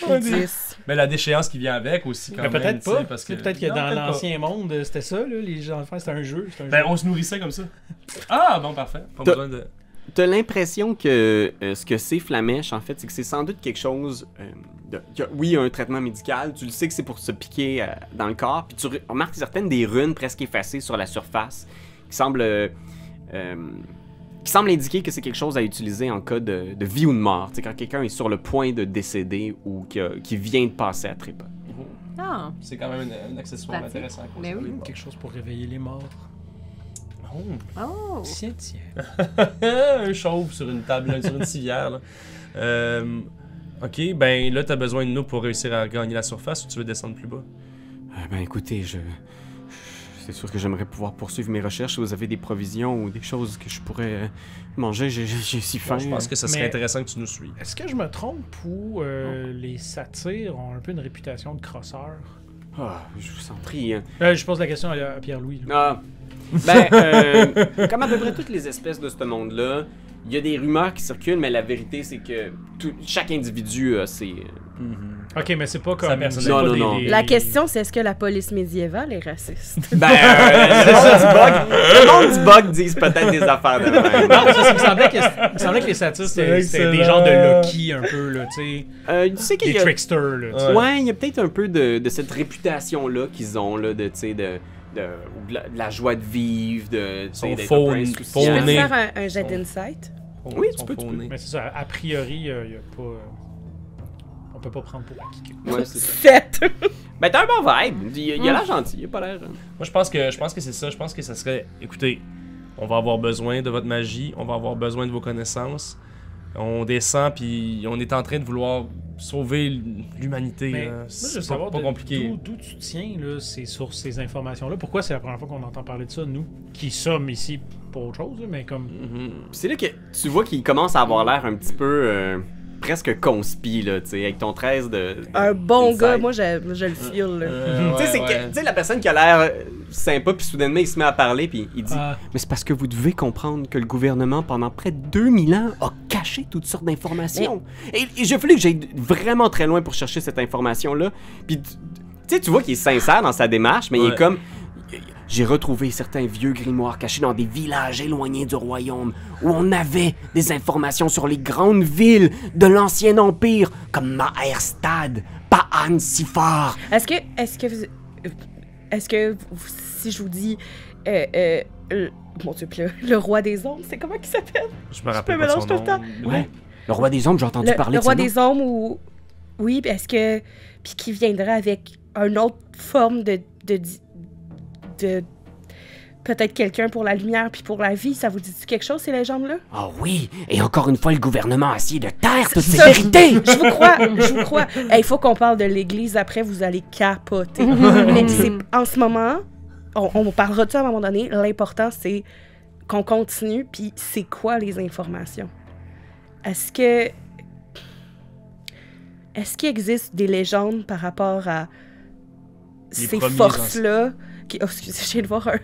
Oh, 10. Mais la déchéance qui vient avec aussi, quand Mais même. peut-être tu sais, pas. Parce que... Tu sais, Peut-être que Non, dans peut-être pas. l'ancien monde, euh, c'était ça, là, les enfants, c'était un jeu. c'était un Ben, jeu. on se nourrissait comme ça. Ah, bon, parfait. Pas T'as- besoin de... T'as l'impression que euh, ce que c'est Flamèche, en fait, c'est que c'est sans doute quelque chose. euh, de- qu'il y a- oui, il y a un traitement médical, tu le sais que c'est pour se piquer euh, dans le corps, puis tu re- remarques certaines des runes presque effacées sur la surface qui semblent, euh, euh, qui semblent indiquer que c'est quelque chose à utiliser en cas de, de vie ou de mort. C'est quand quelqu'un est sur le point de décéder ou qui, a- qui vient de passer à trépas. Ah, C'est quand même un, un accessoire Pratique. intéressant. à Mais conserver. Quelque chose pour réveiller les morts. Oh. oh. Tiens, tiens. un chauve sur une table, là, sur une civière. là. Euh, ok, ben là, t'as besoin de nous pour réussir à gagner la surface ou tu veux descendre plus bas? Euh, ben écoutez, je. C'est sûr que j'aimerais pouvoir poursuivre mes recherches. Si vous avez des provisions ou des choses que je pourrais euh, manger, j'ai j'ai- j'ai si faim. je pense que ça serait Ben, Mais- intéressant que tu nous suives. Est-ce que je me trompe ou euh, les satires ont un peu une réputation de crosseurs? Ah, je vous en prie. hein. Euh, je pose la question à, à Pierre-Louis. là. Ah, ben, euh, comme à peu près toutes les espèces de ce monde-là, il y a des rumeurs qui circulent, mais la vérité, c'est que tout- chaque individu a ses... euh, Ok, mais c'est pas Ça, comme. personne- c'est pas Non, non, non. La question, c'est est-ce que la police médiévale est raciste? Ben, euh, le monde du bug, le monde du bug disent peut-être des affaires de même. Non, parce que ça me semblait que, il me semblait que les satires, c'était c'était des excellent. genres de Loki un peu, là, tu sais. Euh, tu sais qu'il Des y a... tricksters, là. tu sais. Ouais, il y a peut-être un peu de, de cette réputation-là qu'ils ont, là, de, tu sais, de... De, ou de la, de la joie de vivre, de. tu sais, Son d'être un faux- peu faux Je insouciant. peux On te est- faire un, un jet d'insight? Oui, tu peux, tu peux. Mais c'est ça, a priori, euh, y a pas. euh, on peut pas prendre pour acquis. que- Ouais, c'est ça. 7. Ben, t'as un bon vibe. Il, il a l'air gentil, il a pas l'air. euh, Moi, je pense que je pense que c'est ça. Je pense que ça serait. Écoutez, on va avoir besoin de votre magie, on va avoir besoin de vos connaissances. On descend, puis on est en train de vouloir sauver l'humanité. Mais là. moi, je veux euh, C'est pas, savoir pas de- compliqué. d'où- d'où tu tiens là, ces sources, ces informations-là. Pourquoi c'est la première fois qu'on entend parler de ça, nous, qui sommes ici pour autre chose, là, mais comme. Puis C'est là que tu vois qu'il commence à avoir l'air un petit peu euh, presque conspi, là, tu sais, avec ton 13 de. Un bon d'insight. gars, moi je, je le file. là. Tu sais, c'est que- tu sais, la personne qui a l'air euh, sympa, puis soudainement, il se met à parler, puis il dit Ah, Mais c'est parce que vous devez comprendre que le gouvernement, pendant près de 2000 ans, a caché toutes sortes d'informations. Et, et j'ai fallu que j'aille vraiment très loin pour chercher cette information-là. Puis tu- Tu sais, tu vois qu'il est sincère dans sa démarche, mais il Ouais. est comme. J'ai retrouvé certains vieux grimoires cachés dans des villages éloignés du royaume, où on avait des informations sur les grandes villes de l'ancien empire, comme Maerstad, Pa'an Sifar. Est-ce que, est-ce que, vous- euh, est-ce que vous- si je vous dis, euh, euh, le- mon Dieu, puis le, le roi des ombres, c'est comment qu'il s'appelle Je me rappelle rappelle pas pas de son mélange tout le temps. Ouais. Le roi des ombres, j'ai entendu Le, parler le de roi ça, non? des ombres ou, oui, puis est-ce que, puis qui viendrait avec une autre forme de, de, di- de peut-être quelqu'un pour la lumière puis pour la vie, ça vous dit-tu quelque chose ces légendes-là Ah oui, et encore une fois, le gouvernement a essayé de taire toutes ces ça. vérités! Je vous crois, je vous crois. Il faut qu'on parle de l'église après, vous allez capoter. Mhm. Mais c'est- en ce moment, on, on parlera de ça à un moment donné. L'important, c'est qu'on continue, puis c'est quoi les informations? Est-ce que. Est-ce qu'il existe des légendes par rapport à Les ces premiers forces-là? Qui... Oh, excusez, je viens de voir un,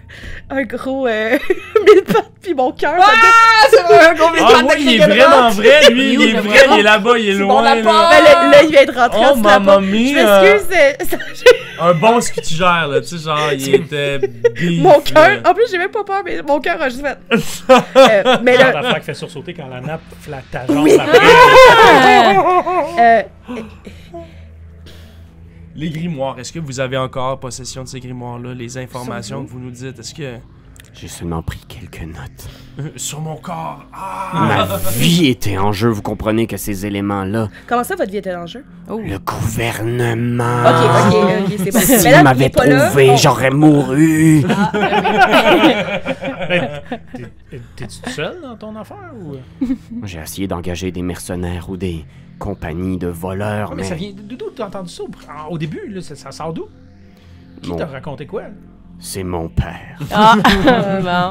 un gros euh, mille pattes, puis mon cœur. ça fait- Ah oui, il est vraiment vrai, lui, il est vrai, il est là-bas, il est loin, là. Ben, là, là, il vient de rentrer en Oh, dessous de la maman porte. Je mia! m'excuse, euh, ça- Un bon scutigère, là, tu sais, genre, il était bif, euh, Mon cœur, là. en plus j'ai même pas peur, mais mon cœur a juste fait. Euh, mais Genre là, l'affaire qui fait sursauter quand la nappe flatte ta jambe. Oui. ça fait- Ah, euh, Les grimoires, est-ce que vous avez encore possession de ces grimoires-là, les informations que vous nous dites? Est-ce que. J'ai seulement pris quelques notes. Euh, Sur mon corps! Ma Ah! vie était en jeu, vous comprenez que ces éléments-là, comment ça votre vie était en jeu? le gouvernement... Ok, ok, là, ok, c'est bon. S'il Mais là, il est m'avait pas là. Oh. trouvé, Bon. j'aurais mouru. Ben, t'es- T'es-tu tout seul dans ton affaire ou. euh? J'ai essayé d'engager des mercenaires ou des compagnies de voleurs, Ah, mais, mais ça vient. Doudou, t'as entendu ça au, en- au début, là, ça, ça sort d'où? Qui Bon. t'a raconté quoi? c'est mon père. Ah,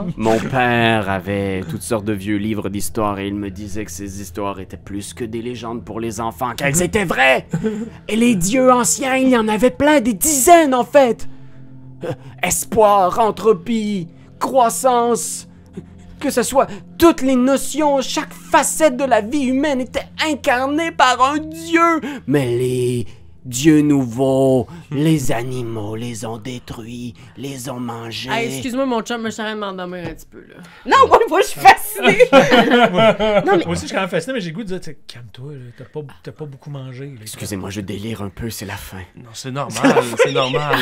bon. Mon père avait toutes sortes de vieux livres d'histoire et il me disait que ces histoires étaient plus que des légendes pour les enfants, qu'elles étaient vraies. Et les dieux anciens, il y en avait plein, des dizaines en fait. Euh, espoir, entropie, croissance, que ce soit toutes les notions, chaque facette de la vie humaine était incarnée par un dieu. Mais les dieux nouveaux, les animaux les ont détruits, les ont mangés. Ah, Hey, excuse-moi, mon chum, mais je suis en train de m'endormir un petit peu, là. Non, moi, moi, je suis fascinée! Moi aussi, je suis quand même fasciné, mais j'ai le goût de dire, tu sais, calme-toi, là, t'as pas, t'as pas beaucoup mangé. là. Excusez-moi, je délire un peu, c'est la fin. Non, c'est normal, c'est normal.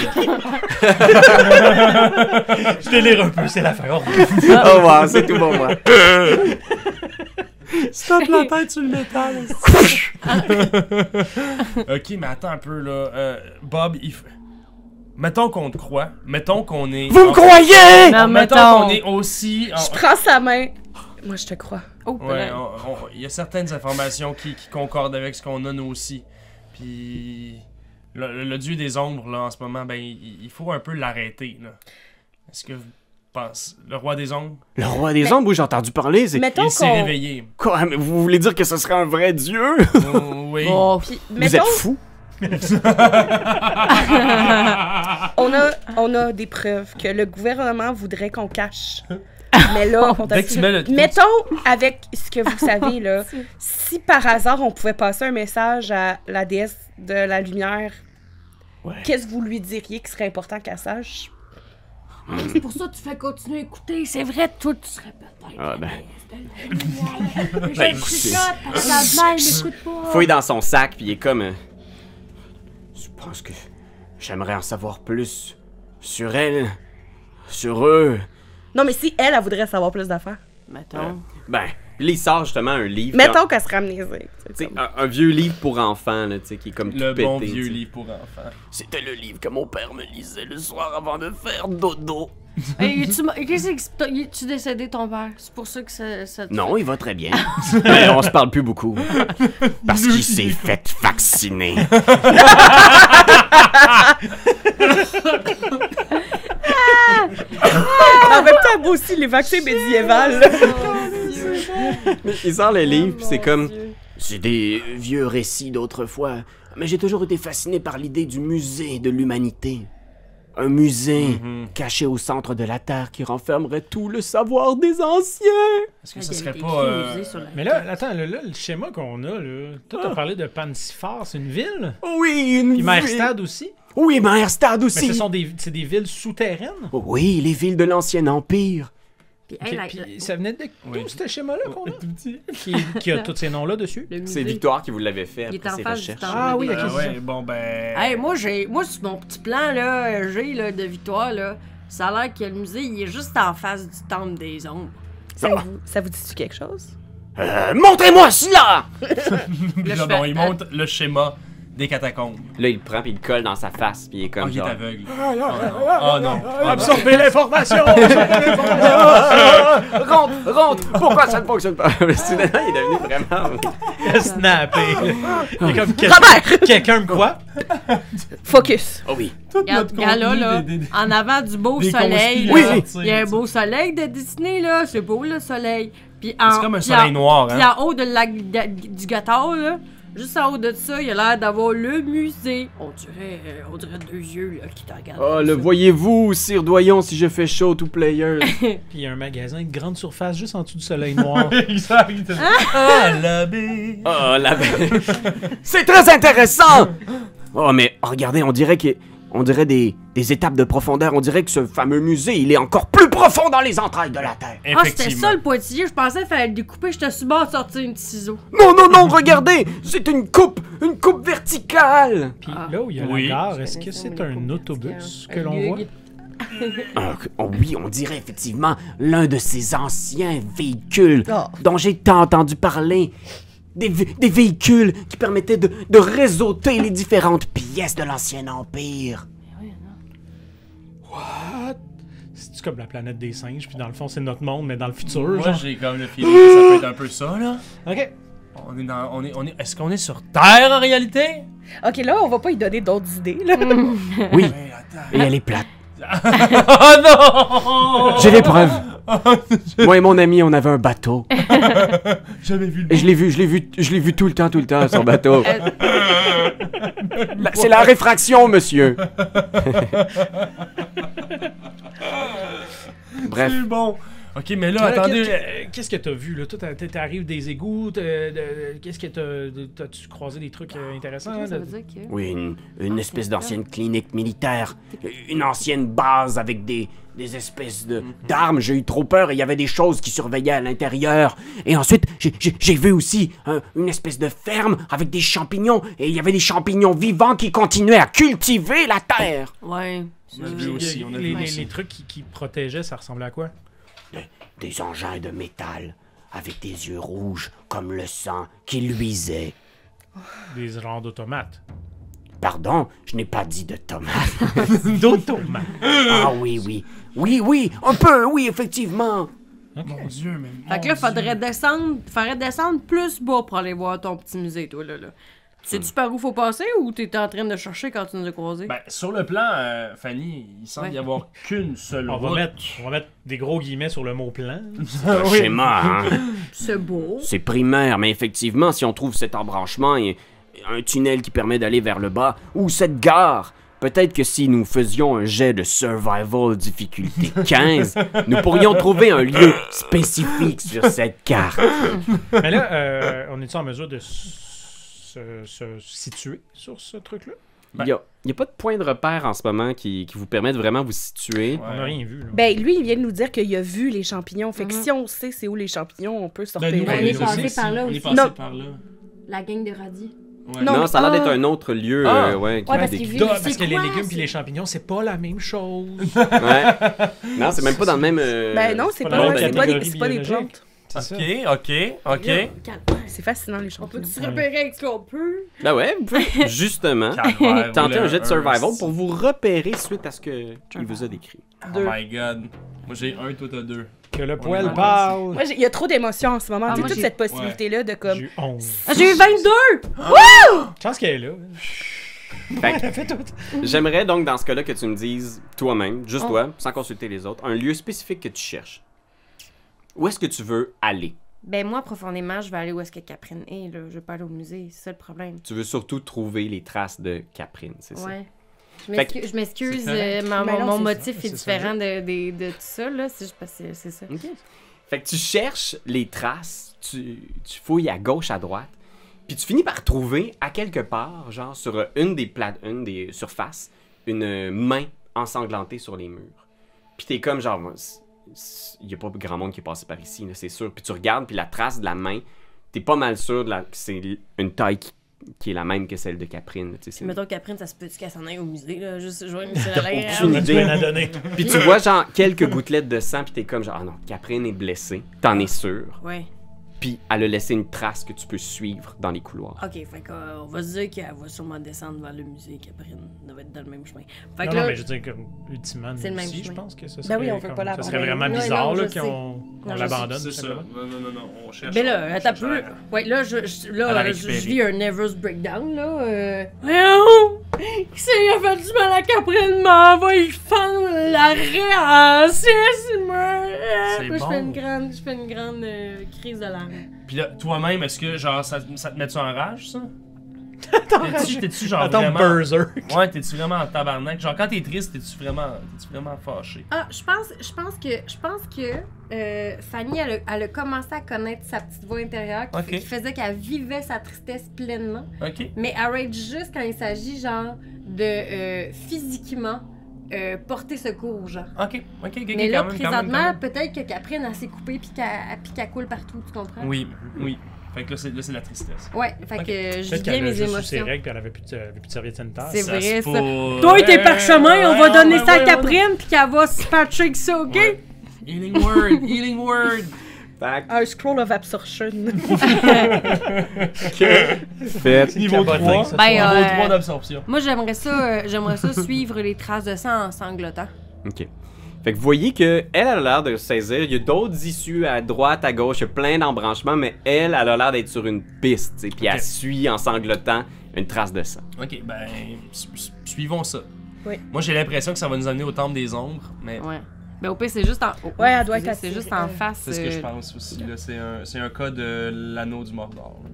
Je délire un peu, c'est la fin. Oh, Ah, oh wow, c'est tout pour moi. Stop la tête sur le métal. ok, mais attends un peu là. Euh, Bob, il f- mettons qu'on te croit. Mettons qu'on est. Vous me croyez Non, Mettons mettons. qu'on est aussi. Je prends sa main. Moi, je te crois. Oh, Ouais, on- on- il y a certaines informations qui, qui concordent avec ce qu'on a nous aussi. Puis le, le- le dieu des ombres là en ce moment, ben il, il faut un peu l'arrêter là. Est-ce que vous pensez le roi des ombres Le roi des ombres, où j'ai entendu parler, c'est... Mettons Il s'est qu'on. réveillé. Quoi, mais vous voulez dire que ce serait un vrai dieu Oh, oui. Oh, Puis, Vous mettons, êtes fou on a, Ah. on a des preuves que le gouvernement voudrait qu'on cache. Mais là, on Ah. Dès que tu mets le- Mettons, avec ce que vous savez, là, si par hasard on pouvait passer un message à la déesse de la lumière, Ouais. qu'est-ce que vous lui diriez qui serait important qu'elle sache? C'est pour ça que tu fais continuer à écouter. C'est vrai, toi, tu serais peut-être. Ah ben... Ben, Je le chuchote, parce que la mère m'écoute Oh. pas. Fouille dans son sac, puis il est comme... euh, Je pense que j'aimerais en savoir plus sur elle, sur eux. Non, mais si elle, elle voudrait savoir plus d'affaires. Mettons. Ben, puis là, il sort justement un livre. Mettons qu'elle serait amnésique. Tu sais, Un, un vieux livre pour enfants, là, tu sais, qui est comme Le tout pété, bon tu vieux sais. livre pour enfants. C'était le livre que mon père me lisait le soir avant de faire dodo. Hey, es-tu mo- qu'est-ce que c'est que- es-tu décédé ton père? C'est pour ça que ça. ça te- Non, il va très bien. Mais on se parle plus beaucoup. Parce qu'il s'est fait vacciner. En même temps, moi aussi, les vaccins médiévales. là. Oh, Il sort le livre, puis c'est comme. C'est des vieux récits d'autrefois. Mais j'ai toujours été fasciné par l'idée du musée de l'humanité. un musée Mhm. caché au centre de la Terre qui renfermerait tout le savoir des anciens. Est-ce que ça serait pas. euh, Mais là, attends, là, là, le schéma qu'on a, là, toi, t'as parlé de Pansifar, c'est une ville. Oui, une Puis ville. Meyerstad aussi. Oui, Meyerstad Mais aussi. ce sont des, c'est des villes souterraines. Oui, les villes de l'ancien empire. Puis, Puis- hey, la- la- puis ça venait de tout Oui. ce schéma-là qu'on a. Qui, qui a tous ces noms-là dessus. le C'est musée. Victoire qui vous l'avait fait Il est après en ses face du recherches. temple Ah oui, des- ok, ah c'est ça. ouais, bon ben. Hey, moi, j'ai, moi, sur mon petit plan, là, j'ai, là, de victoire, là, ça a l'air que le musée, il est juste en face du temple des ombres. Ça, Ah. vous, ça vous dit-tu quelque chose? Euh, Montrez-moi cela Là, je bon, fais- il montre le schéma des catacombes. Là, il le prend puis il le colle dans sa face puis il est Ah, comme il est genre, aveugle. Ah non. Ah, non. Absorbez l'information! absorbez l'information! rentre, rentre. Pourquoi ça ne fonctionne pas Soudainement, il est devenu vraiment. Snappé! Il est comme quelqu'un, quelqu'un me quoi? Focus! Oh oui. Tout Regarde, notre regarde là, contenu là, des- des- des- en avant du beau des soleil, conspires là, Oui, oui. sortis, il y a un tu beau soleil de Disney, là, c'est beau, le soleil. Puis en, sais. C'est comme un puis en- soleil noir, puis hein. en haut de la, de- du gâteau, là, juste en haut de ça, il a l'air d'avoir le musée. On dirait, euh, on dirait deux yeux, là, qui te regardent. Oh, le Ça. voyez-vous, Doyon, si je fais show tout player. Puis il y a un magasin de grande surface juste en dessous du soleil noir. Exact. hein. Ah, la baie. Oh, la C'est très intéressant Oh, mais oh, regardez, on dirait que. On dirait des, des étapes de profondeur. On dirait que ce fameux musée, il est encore plus profond dans les entrailles de la Terre. Ah, c'était ça Effectivement. le pointillé, je pensais qu'il fallait le découper, j'étais sur le bord de sortir une ciseau. Non, non, non, regardez C'est une coupe Une coupe verticale Puis Ah. là où il y a Oui. la gare, est-ce que c'est un autobus que l'on voit? Ah, que- oh oui, on dirait effectivement l'un de ces anciens véhicules dont j'ai tant entendu parler. Des, vé- des véhicules qui permettaient de, de réseauter les différentes pièces de l'ancien empire. What? C'est-tu comme la planète des singes, puis dans le fond, c'est notre monde, mais dans le futur, Moi, genre? j'ai comme le feeling que ça peut être un peu ça, là. Ok. On est dans. On est, on est, Est-ce qu'on est sur Terre en réalité? Ok, là, on va pas y donner d'autres idées, là. Mm. Oui, Mais attends. et elle est plate. Oh Ah, non! J'ai des preuves. Moi et mon ami, on avait un bateau. jamais vu Et le. je l'ai vu, je l'ai vu, je l'ai vu tout le temps, tout le temps, son bateau. La- C'est la réfraction, monsieur. Bref. C'est bon. Ok, mais là, Là, attendez. qu'est- qu'est- euh, Qu'est-ce que t'as vu, là? Toi, t'as- t'es- t'arrives des égouts, t'as- de- qu'est-ce que t'as... de- T'as-tu croisé des trucs euh, intéressants? là, Ça de- veut dire que. Oui, une, une espèce d'ancienne clinique militaire. Une ancienne base avec des, des espèces de- d'armes. J'ai eu trop peur et il y avait des choses qui surveillaient à l'intérieur. Et ensuite, j'ai- j'ai j'ai vu aussi hein, une espèce de ferme avec des champignons. Et il y avait des champignons vivants qui continuaient à cultiver la terre. Ouais. On a c'est- vu aussi, on a les, vu les- aussi. les trucs qui, qui protégeaient, ça ressemblait à quoi? Des engins de métal avec des yeux rouges comme le sang qui luisait. Des genres d'automates. Pardon, je n'ai pas dit de Thomas. D'automates! Ah oui, oui. Oui, oui, un peu, oui, effectivement. Mon Dieu, mais. Fait que là, faudrait descendre, faudrait descendre plus bas pour aller voir ton petit musée, toi, là. là. Sais-tu par où faut passer ou t'es en train de chercher quand tu nous as croisés? Ben, sur le plan, euh, Fanny, il semble Ouais. y avoir qu'une seule On va, route. mettre, on va mettre des gros guillemets sur le mot plan. Un schéma, hein. c'est beau. C'est primaire, mais effectivement, si on trouve cet embranchement et et un tunnel qui permet d'aller vers le bas, ou cette gare, peut-être que si nous faisions un jet de survival difficulté 15, nous pourrions trouver un lieu spécifique sur cette carte. Mais là, euh, on est-tu en mesure de s- se, se situer sur ce truc-là? Il n'y a, il y a pas de point de repère en ce moment qui, qui vous permet de vraiment vous situer. Ouais. On n'a rien vu. Là. Ben, lui, il vient de nous dire qu'il a vu les champignons. Fait que si on sait c'est où les champignons, on peut sortir. Ben, nous, on est nous passé aussi, par là On est aussi. passé Non. par là. La gang de radis. Ouais. Non, Non, mais- ça a l'air d'être ah. un autre lieu. Ah. euh, ouais, qui Ouais, vous parce décrit. qu'il Da- Mais Ah, parce c'est que les quoi, légumes c'est- puis les champignons, c'est pas la même chose. Ouais. Non, c'est même pas dans le même. euh, Ben non, c'est pas pas, la vrai, même c'est pas, des, catégorie c'est pas des biologique. plantes. C'est ok, ok. C'est fascinant, les On champignons. peut-tu se repérer avec ce qu'on peut? Ben ouais, vous pouvez- justement. Calvaire, Tentez vous, un le- jet de survival un- pour vous repérer suite à ce que il vous a décrit. Oh my god. Moi j'ai un, toi t'as deux. ça. Que le mal poil parti. parle. Moi, j'ai- il y a trop d'émotions en ce moment. Ah, J'ai moi, toute j'ai- cette possibilité-là de comme. J'ai eu 11. Ah, j'ai eu 22! Chance qu'elle est là. J'aimerais donc dans ce cas-là que tu me dises toi-même, juste toi, sans consulter les autres, un lieu spécifique que tu cherches. Où est-ce que tu veux aller Ben, moi, profondément, je vais aller où est-ce que Catherine est, là. Je vais pas aller au musée, c'est ça le problème. Tu veux surtout trouver les traces de Caprine, c'est ça Ouais. Je Fait que- m'excuse- je m'excuse, C'est correct. euh, mon, Ben non, mon c'est motif ça, est c'est ça. différent de, de- de tout ça, là. C'est juste parce que c'est ça. Fait que tu cherches les traces, tu, tu fouilles à gauche, à droite, puis tu finis par trouver à quelque part, genre sur euh, une des plates, une des surfaces, une main ensanglantée sur les murs. Puis t'es comme genre, il y a pas grand monde qui est passé par ici, là, c'est sûr. Puis tu regardes, puis la trace de la main, t'es pas mal sûr de la- que c'est une taille qui, qui est la même que celle de Caprine. là, tu sais, c'est- Mettons qu'après, ça se peut qu'elle s'en aille au musée, là. Juste jouer Michel aucune Allaire. Tu idée. viens à donner. Puis tu vois genre quelques gouttelettes de sang, puis t'es comme genre, ah non, Caprine est blessée, t'en es sûr. Ouais. puis elle a laissé une trace que tu peux suivre dans les couloirs. Ok, fait qu'on va se dire qu'elle va sûrement descendre vers le musée, qu'Aprine devait être dans le même chemin. Fait Non, que non, là, mais je veux dire, comme, ultimement, C'est le nous même aussi, je chemin. pense que ce Ben serait, oui, on veut comme- pas ça serait l'abandonner. vraiment Ouais, non, bizarre je là, sais. qu'on on l'abandonne. C'est tout ça. simplement. Non, non, non, non, on cherche. mais on Ben là, attends un cherche peu. à- Ouais, là, je, je- là, À la je- je récupérer. vis un nervous breakdown, là. Euh... Voyons! Qui c'est qui a fait du mal à Caprine? M'en va y fendre l'arrêt en six mois! C'est Puis Ah, Je bon. fais une grande, je fais une grande euh, crise d'alarme. Puis là, toi-même, est-ce que genre ça, ça te met-tu en rage, ça? T'es-tu t'es-tu, genre Attends, vraiment... Berserk. Ouais, t'es-tu vraiment en tabarnak? Genre, quand t'es triste, t'es-tu vraiment, t'es-tu vraiment fâché? Ah, je pense, je pense que, je pense que euh, Fanny, elle, a- elle a commencé à connaître sa petite voix intérieure qui, Ok. qui faisait qu'elle vivait sa tristesse pleinement. Ok. Mais elle rage juste quand il s'agit, genre, de euh, physiquement euh, porter secours aux gens. Ok, ok, ok. Mais quand même, quand là, même, quand présentement, même. peut-être que Caprine, elle s'est coupée puis qu'elle puis qu'elle coule partout, tu comprends? Oui, oui. Fait que là, c'est, là, c'est la tristesse. Ouais, fait Ok. que euh, je vis Peut-être bien qu'elle a mes juste eu ses émotions. règles puis elle avait plus de, elle avait plus de serviette sanitaire. C'est vrai, ça. pourrait. Toi et tes parchemins, on va Ouais, donner ouais, ça à ouais, Caprine, puis qu'elle va se patcher avec ça, ok? ouais. Healing word, healing word. Un scroll of absorption. Fait. Niveau Cabotin, 3. ça. Ben, niveau euh, 3 d'absorption. Moi, j'aimerais ça, euh, j'aimerais ça suivre les traces de sang en sanglotant. OK. Fait que vous voyez que elle a l'air de saisir. Il y a d'autres issues à droite, à gauche, il y a plein d'embranchements, mais elle, elle a l'air d'être sur une piste, tu sais, puis Ok. elle suit en sanglotant une trace de sang. Ok, ben, su- su- suivons ça. Oui. Moi, j'ai l'impression que ça va nous amener au temple des ombres, mais Ouais. Ben, au pire, c'est juste en. oh, Ouais, elle excusez, doit être C'est attirée, juste en euh, face. c'est ce que je euh, pense aussi. Là. C'est, un, c'est un cas de l'anneau du Mordor. là.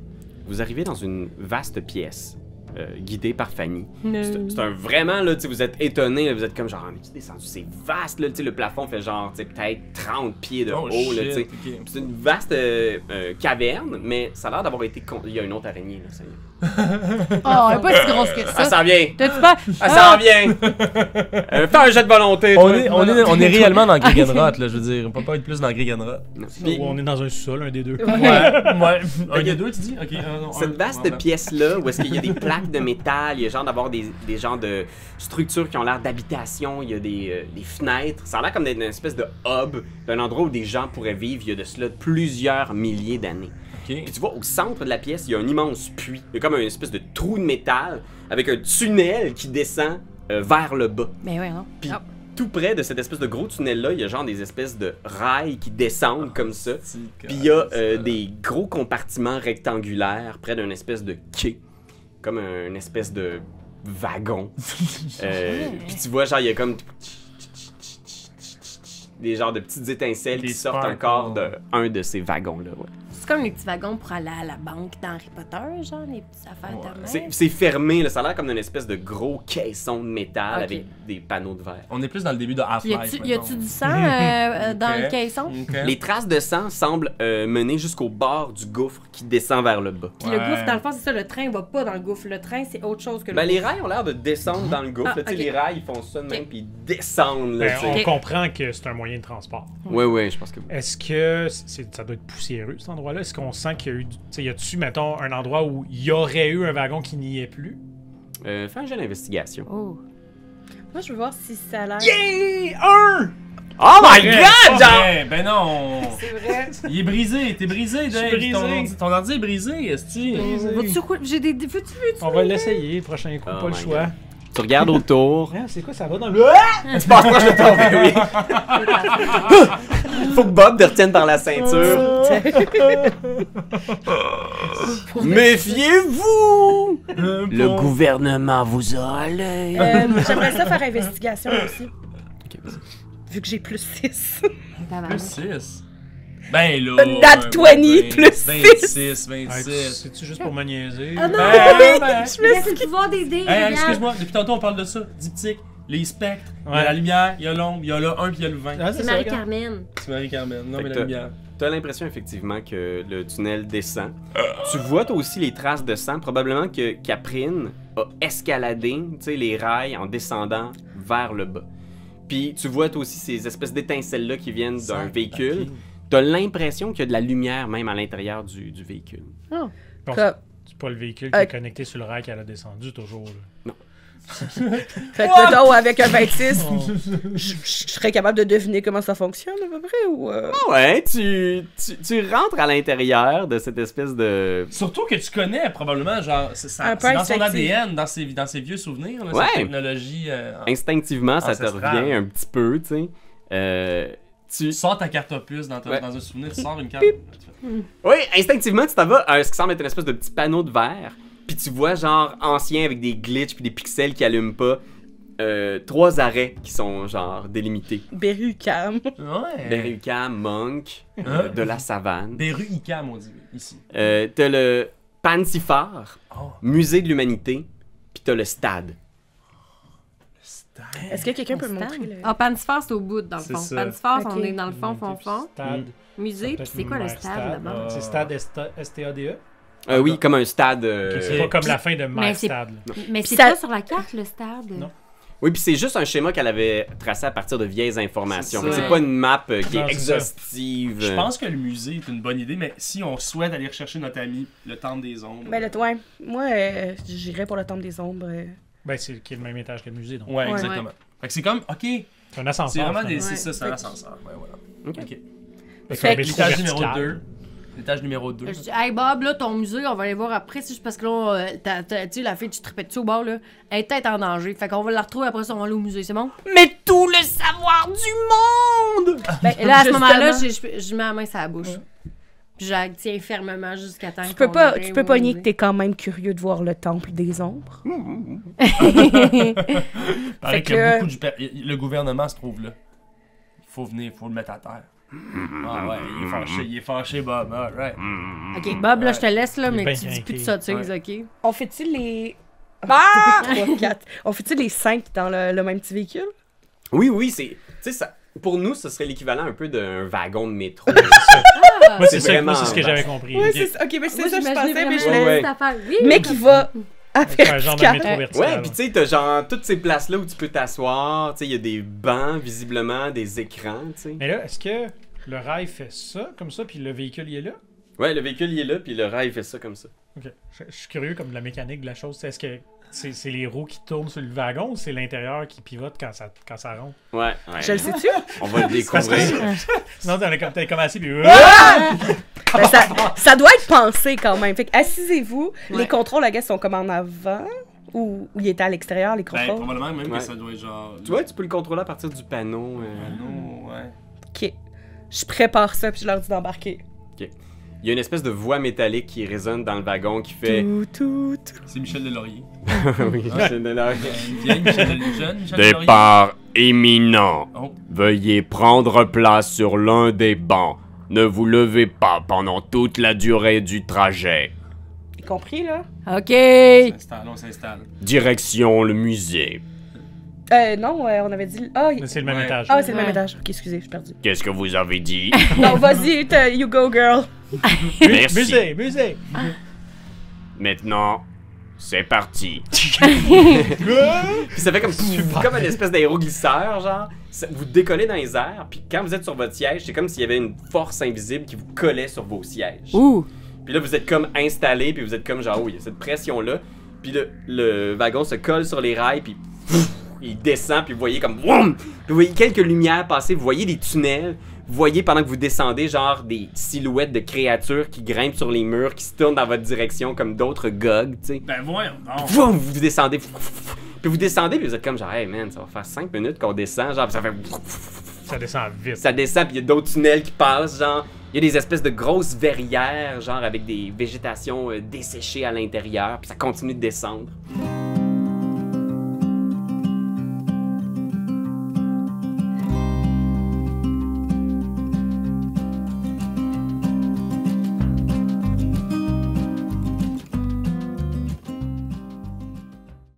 Vous arrivez dans une vaste pièce. euh, guidée par Fanny. C'est c'est un vraiment, là, tu sais, vous êtes étonné, vous êtes comme genre, Ah, mais tu descendu, c'est vaste, là, tu sais, le plafond fait genre, tu sais, peut-être 30 pieds de Oh, haut, là, tu sais. shit, ok. C'est une vaste euh, euh, caverne, mais ça a l'air d'avoir été. con- Il y a une autre araignée, là, ça y est. Oh, elle est pas si grosse que Elle ça. s'en vient! T'as-tu pas. Ah! Elle s'en vient! Euh, fais un jet de volonté! On toi. est, on, est, on est réellement dans Griggenroth, là, je veux dire. On peut pas être plus dans Griggenroth. Non. Ou Puis, on est dans un sous-sol, un des deux. ouais. Un des deux, tu dis? Ok, cette vaste pièce-là, où est-ce qu'il y a des plaques de métal, il y a genre d'avoir des, des genres de structures qui ont l'air d'habitation, il y a des, euh, des fenêtres. Ça a l'air comme d'une espèce de hub, d'un endroit où des gens pourraient vivre il y a de cela plusieurs milliers d'années. Puis tu vois, au centre de la pièce, il y a un immense puits. Il y a comme une espèce de trou de métal avec un tunnel qui descend euh, vers le bas. Mais ouais, non. Puis Ah. tout près de cette espèce de gros tunnel-là, il y a genre des espèces de rails qui descendent comme ça. Puis il y a euh, des gros compartiments rectangulaires près d'une espèce de quai, comme un- une espèce de wagon. Euh, Puis tu vois, genre, il y a comme des genres de petites étincelles Des qui sortent sparkles. encore d'un de ces wagons-là. ouais. C'est comme les petits wagons pour aller à la banque dans Harry Potter, genre, les petites affaires Ouais. de même. C'est c'est fermé, là, ça a l'air comme d'une espèce de gros caisson de métal Ok. avec des panneaux de verre. On est plus dans le début de Y Half-Life. a-tu- y mettons. a-tu du sang euh, euh, dans Ok. le caisson? Ok. Les traces de sang semblent euh, mener jusqu'au bord du gouffre qui descend vers le bas. Puis le Ouais. gouffre, dans le fond, c'est ça, le train va pas dans le gouffre. Le train, c'est autre chose que le Ben, les gouffre. rails ont l'air de descendre dans le gouffre. Ah, là, tu sais, ok. Les rails, ils font ça de même, puis ils descendent. Là, Ben, tu sais. on comprend que c'est un moyen de transport. Ouais, ouais, je pense que Est-ce que c'est- ça doit être poussiéreux cet endroit-là Est-ce qu'on sent qu'il y a eu, du- tu sais, y a-tu mettons un endroit où il y aurait eu un wagon qui n'y est plus Euh, fais un jeu d'investigation. Oh. Moi, je veux voir si ça a l'air. Yeah, un. Oh my god, genre! Ben, ben non! C'est vrai. Il est brisé, t'es brisé, Dave! brisé. Ton, ordi- ton ordi est brisé, esti! Vas-tu quoi? J'ai des. Veux-tu, veux-tu? On va l'essayer, le prochain coup, Oh pas le my choix. God. Tu regardes autour. Ah, c'est quoi ça va dans le tu passes proche de tomber, oui. Faut que Bob te retienne par la ceinture. Méfiez-vous! Le gouvernement vous a l'œil. Euh, J'aimerais ça faire investigation aussi. Vu que j'ai plus 6. Tabarnak. Plus 6. Ben là. Une date 20 plus 26, Hey, tu- 26. C'est-tu juste pour me niaiser? Ah non, Ben, ben. Mais là, c'est le pouvoir des dés, Hey, hey, regarde. excuse-moi, depuis tantôt on parle de ça. Diptyque, les spectres, il y Ouais. a la lumière, il y a l'ombre, il y a le 1 puis il y a le 20. Ah, C'est ça, regarde. Marie-Carmen. C'est Marie-Carmen. Non, Fait mais que- la lumière. T'as l'impression effectivement que le tunnel descend. Tu vois toi aussi les traces de sang. Probablement que Caprine a escaladé tu sais, les rails en descendant vers le bas. Puis tu vois toi aussi ces espèces d'étincelles-là qui viennent d'un véhicule. T'as l'impression qu'il y a de la lumière même à l'intérieur du, du véhicule. Bon, Comme- C'est pas le véhicule Ah. qui est Ok. connecté sur le rail qu'elle a descendu, toujours. là. Fait que mettons, avec un 26, je- je je serais capable de deviner comment ça fonctionne à peu près ou. euh, Ah ouais, tu, tu, tu rentres à l'intérieur de cette espèce de... Surtout que tu connais probablement, genre, c'est ça- Un peu c'est dans son instinctif. ADN, dans ses, dans ses vieux souvenirs, là, Ouais. cette technologie. euh, en- Instinctivement, ça te Ancestral. revient un petit peu, tu sais. Euh, tu... Tu sors ta carte opus dans, ta- Ouais. dans un souvenir, tu sors une carte. Oui, instinctivement, tu t'en vas à ce qui semble être une espèce de petit panneau de verre. Puis tu vois, genre, ancien avec des glitches puis des pixels qui allument pas. euh, trois arrêts qui sont, genre, délimités. Berry-Cam. Ouais. Beruka, Monk, euh, Euh. Hein? de la savane. Des rues ICAM, on dit, ici. Euh, t'as le Pansifar, Oh, Musée de l'Humanité. Puis t'as le stade. Est-ce que quelqu'un peut me Stan. montrer le. Ah, Pansifar, c'est au bout, dans le C'est fond. ça. Pansifar, on Ok. est dans le fond, fond, fond. Mm. Stade. Ça Musée, peut puis être c'est quoi le Mère stade là-bas? là. C'est stade hein. ST- STADE. Euh, oui, comme un stade. euh, Ok, E? C'est pas comme la fin de Mais Mère c'est- Stade. là. Mais Puis c'est ça- pas sur la carte, le stade. Non. Oui, puis c'est juste un schéma qu'elle avait tracé à partir de vieilles informations. C'est Fait que ça. C'est pas une map euh, qui Non, est c'est ça. exhaustive. Je pense que le musée est une bonne idée, mais si on souhaite aller rechercher notre ami, le temple des ombres. Ben, le toit. Moi, euh, j'irais pour le temple des ombres. euh. Ben, c'est qui est le même étage que le musée, donc. Ouais, Ouais. exactement. Fait que c'est comme, ok, C'est un ascenseur. c'est vraiment des. finalement. C'est ça, c'est un Ouais. ascenseur. Ouais, voilà. Ok. Ok. Fait que un Fait que- métro L'étage numéro vertical. 2. L'étage numéro 2. Je dis, hey Bob, là, ton musée, on va aller voir après. C'est juste parce que là, on- t'as- t'as- tu sais, la fille, tu tripais dessus au bord, là. Elle est peut-être en danger. Fait qu'on va la retrouver après, ça, on va aller au musée, c'est bon? Mais tout le savoir du monde! Ben, Et là, à ce justement, moment-là, je, je- je mets la main sur la bouche. Puis je la tiens fermement jusqu'à temps Tu peux qu'on pas, arrive tu peux au pas nier que musée. t'es quand même curieux de voir le temple des ombres. Paraît Fait que, que- beaucoup du pa- le gouvernement se trouve là. Il faut venir, il faut le mettre à terre. Ah ouais, il est fâché, il est fâché, Bob. Alright. Ok, Bob, là, je te laisse, là, Il est bien mais tu dis plus de inquiet. sottises, ok? On fait-tu les. Trois, quatre. Ah! On fait-tu les cinq dans le, le même petit véhicule? Oui, oui, c'est. Tu sais, ça- pour nous, ce serait l'équivalent un peu d'un wagon de métro. Moi, c'est C'est ça, moi, vraiment c'est ce que j'avais compris. Ouais, Ok. c'est ça. Ok, mais Moi, c'est ça que je j'imaginais pensais, mais je vraiment l'ai- une petite affaire. Oui, Mais qui va avec Ben, Un genre de métro ouais, vertical. puis tu sais, t'as genre toutes ces places-là où tu peux t'asseoir. Tu sais, il y a des bancs, visiblement, des écrans, tu sais. Mais là, est-ce que le rail fait ça, comme ça, puis le véhicule, il est là? Ouais, le véhicule, il est là, puis le rail fait ça comme ça. Ok. Je, je suis curieux comme de la mécanique de la chose. Est-ce que c'est c'est les roues qui tournent sur le wagon ou c'est l'intérieur qui pivote quand ça, quand ça rentre? Ouais, ouais. Je le sais-tu? On va le Parce que découvrir. sinon, t'es comme, t'es comme assis, puis... euh, Ben, ça, ça doit être pensé quand même. Fait que assisez-vous. Les Ouais. contrôles, la guess, sont comme en avant ou ou il était à l'extérieur, les Ben, contrôles? probablement même Ouais. que ça doit être genre. tu vois, tu peux le contrôler à partir du panneau. euh. Non, ouais. Ok. Je prépare ça puis je leur dis d'embarquer. Il y a une espèce de voix métallique qui résonne dans le wagon qui fait. Tout, tout, tout. C'est Michel Delaurier. oui, je ne l'aurais- Une vieille Michel Del- jeune Michel Delaurier. Départ imminent. Oh. Veuillez prendre place sur l'un des bancs. Ne vous levez pas pendant toute la durée du trajet. Y compris, là? On Ok! s'installe, on s'installe. Direction le musée. Euh, non, euh, on avait dit. Ah, y- Mais c'est le même Ouais. étage. ah, c'est le même Ouais. étage. Ok, excusez, je suis perdue. Qu'est-ce que vous avez dit Non, vas-y, t'as- you go, girl. Mu- Merci. Musée, musée! Maintenant, c'est parti. Puis ça fait comme, comme une espèce d'aéroglisseur, genre. Ça- vous décollez dans les airs, puis quand vous êtes sur votre siège, c'est comme s'il y avait une force invisible qui vous collait sur vos sièges. Ouh! Puis là, vous êtes comme installé, puis vous êtes comme genre, oh, il y a cette pression-là. Puis le, le wagon se colle sur les rails, puis pff, il descend, puis vous voyez comme, vroom! Puis vous voyez quelques lumières passer, vous voyez des tunnels, vous voyez pendant que vous descendez, genre des silhouettes de créatures qui grimpent sur les murs, qui se tournent dans votre direction comme d'autres gogues, tu sais. Ben voyons, non. Vroom! Vous descendez, puis vous descendez, puis vous êtes comme genre, hey man, ça va faire 5 minutes qu'on descend, genre, puis ça fait. Ça descend vite. Ça descend, puis il y a d'autres tunnels qui passent, genre. Il y a des espèces de grosses verrières, genre avec des végétations euh, desséchées à l'intérieur, puis ça continue de descendre.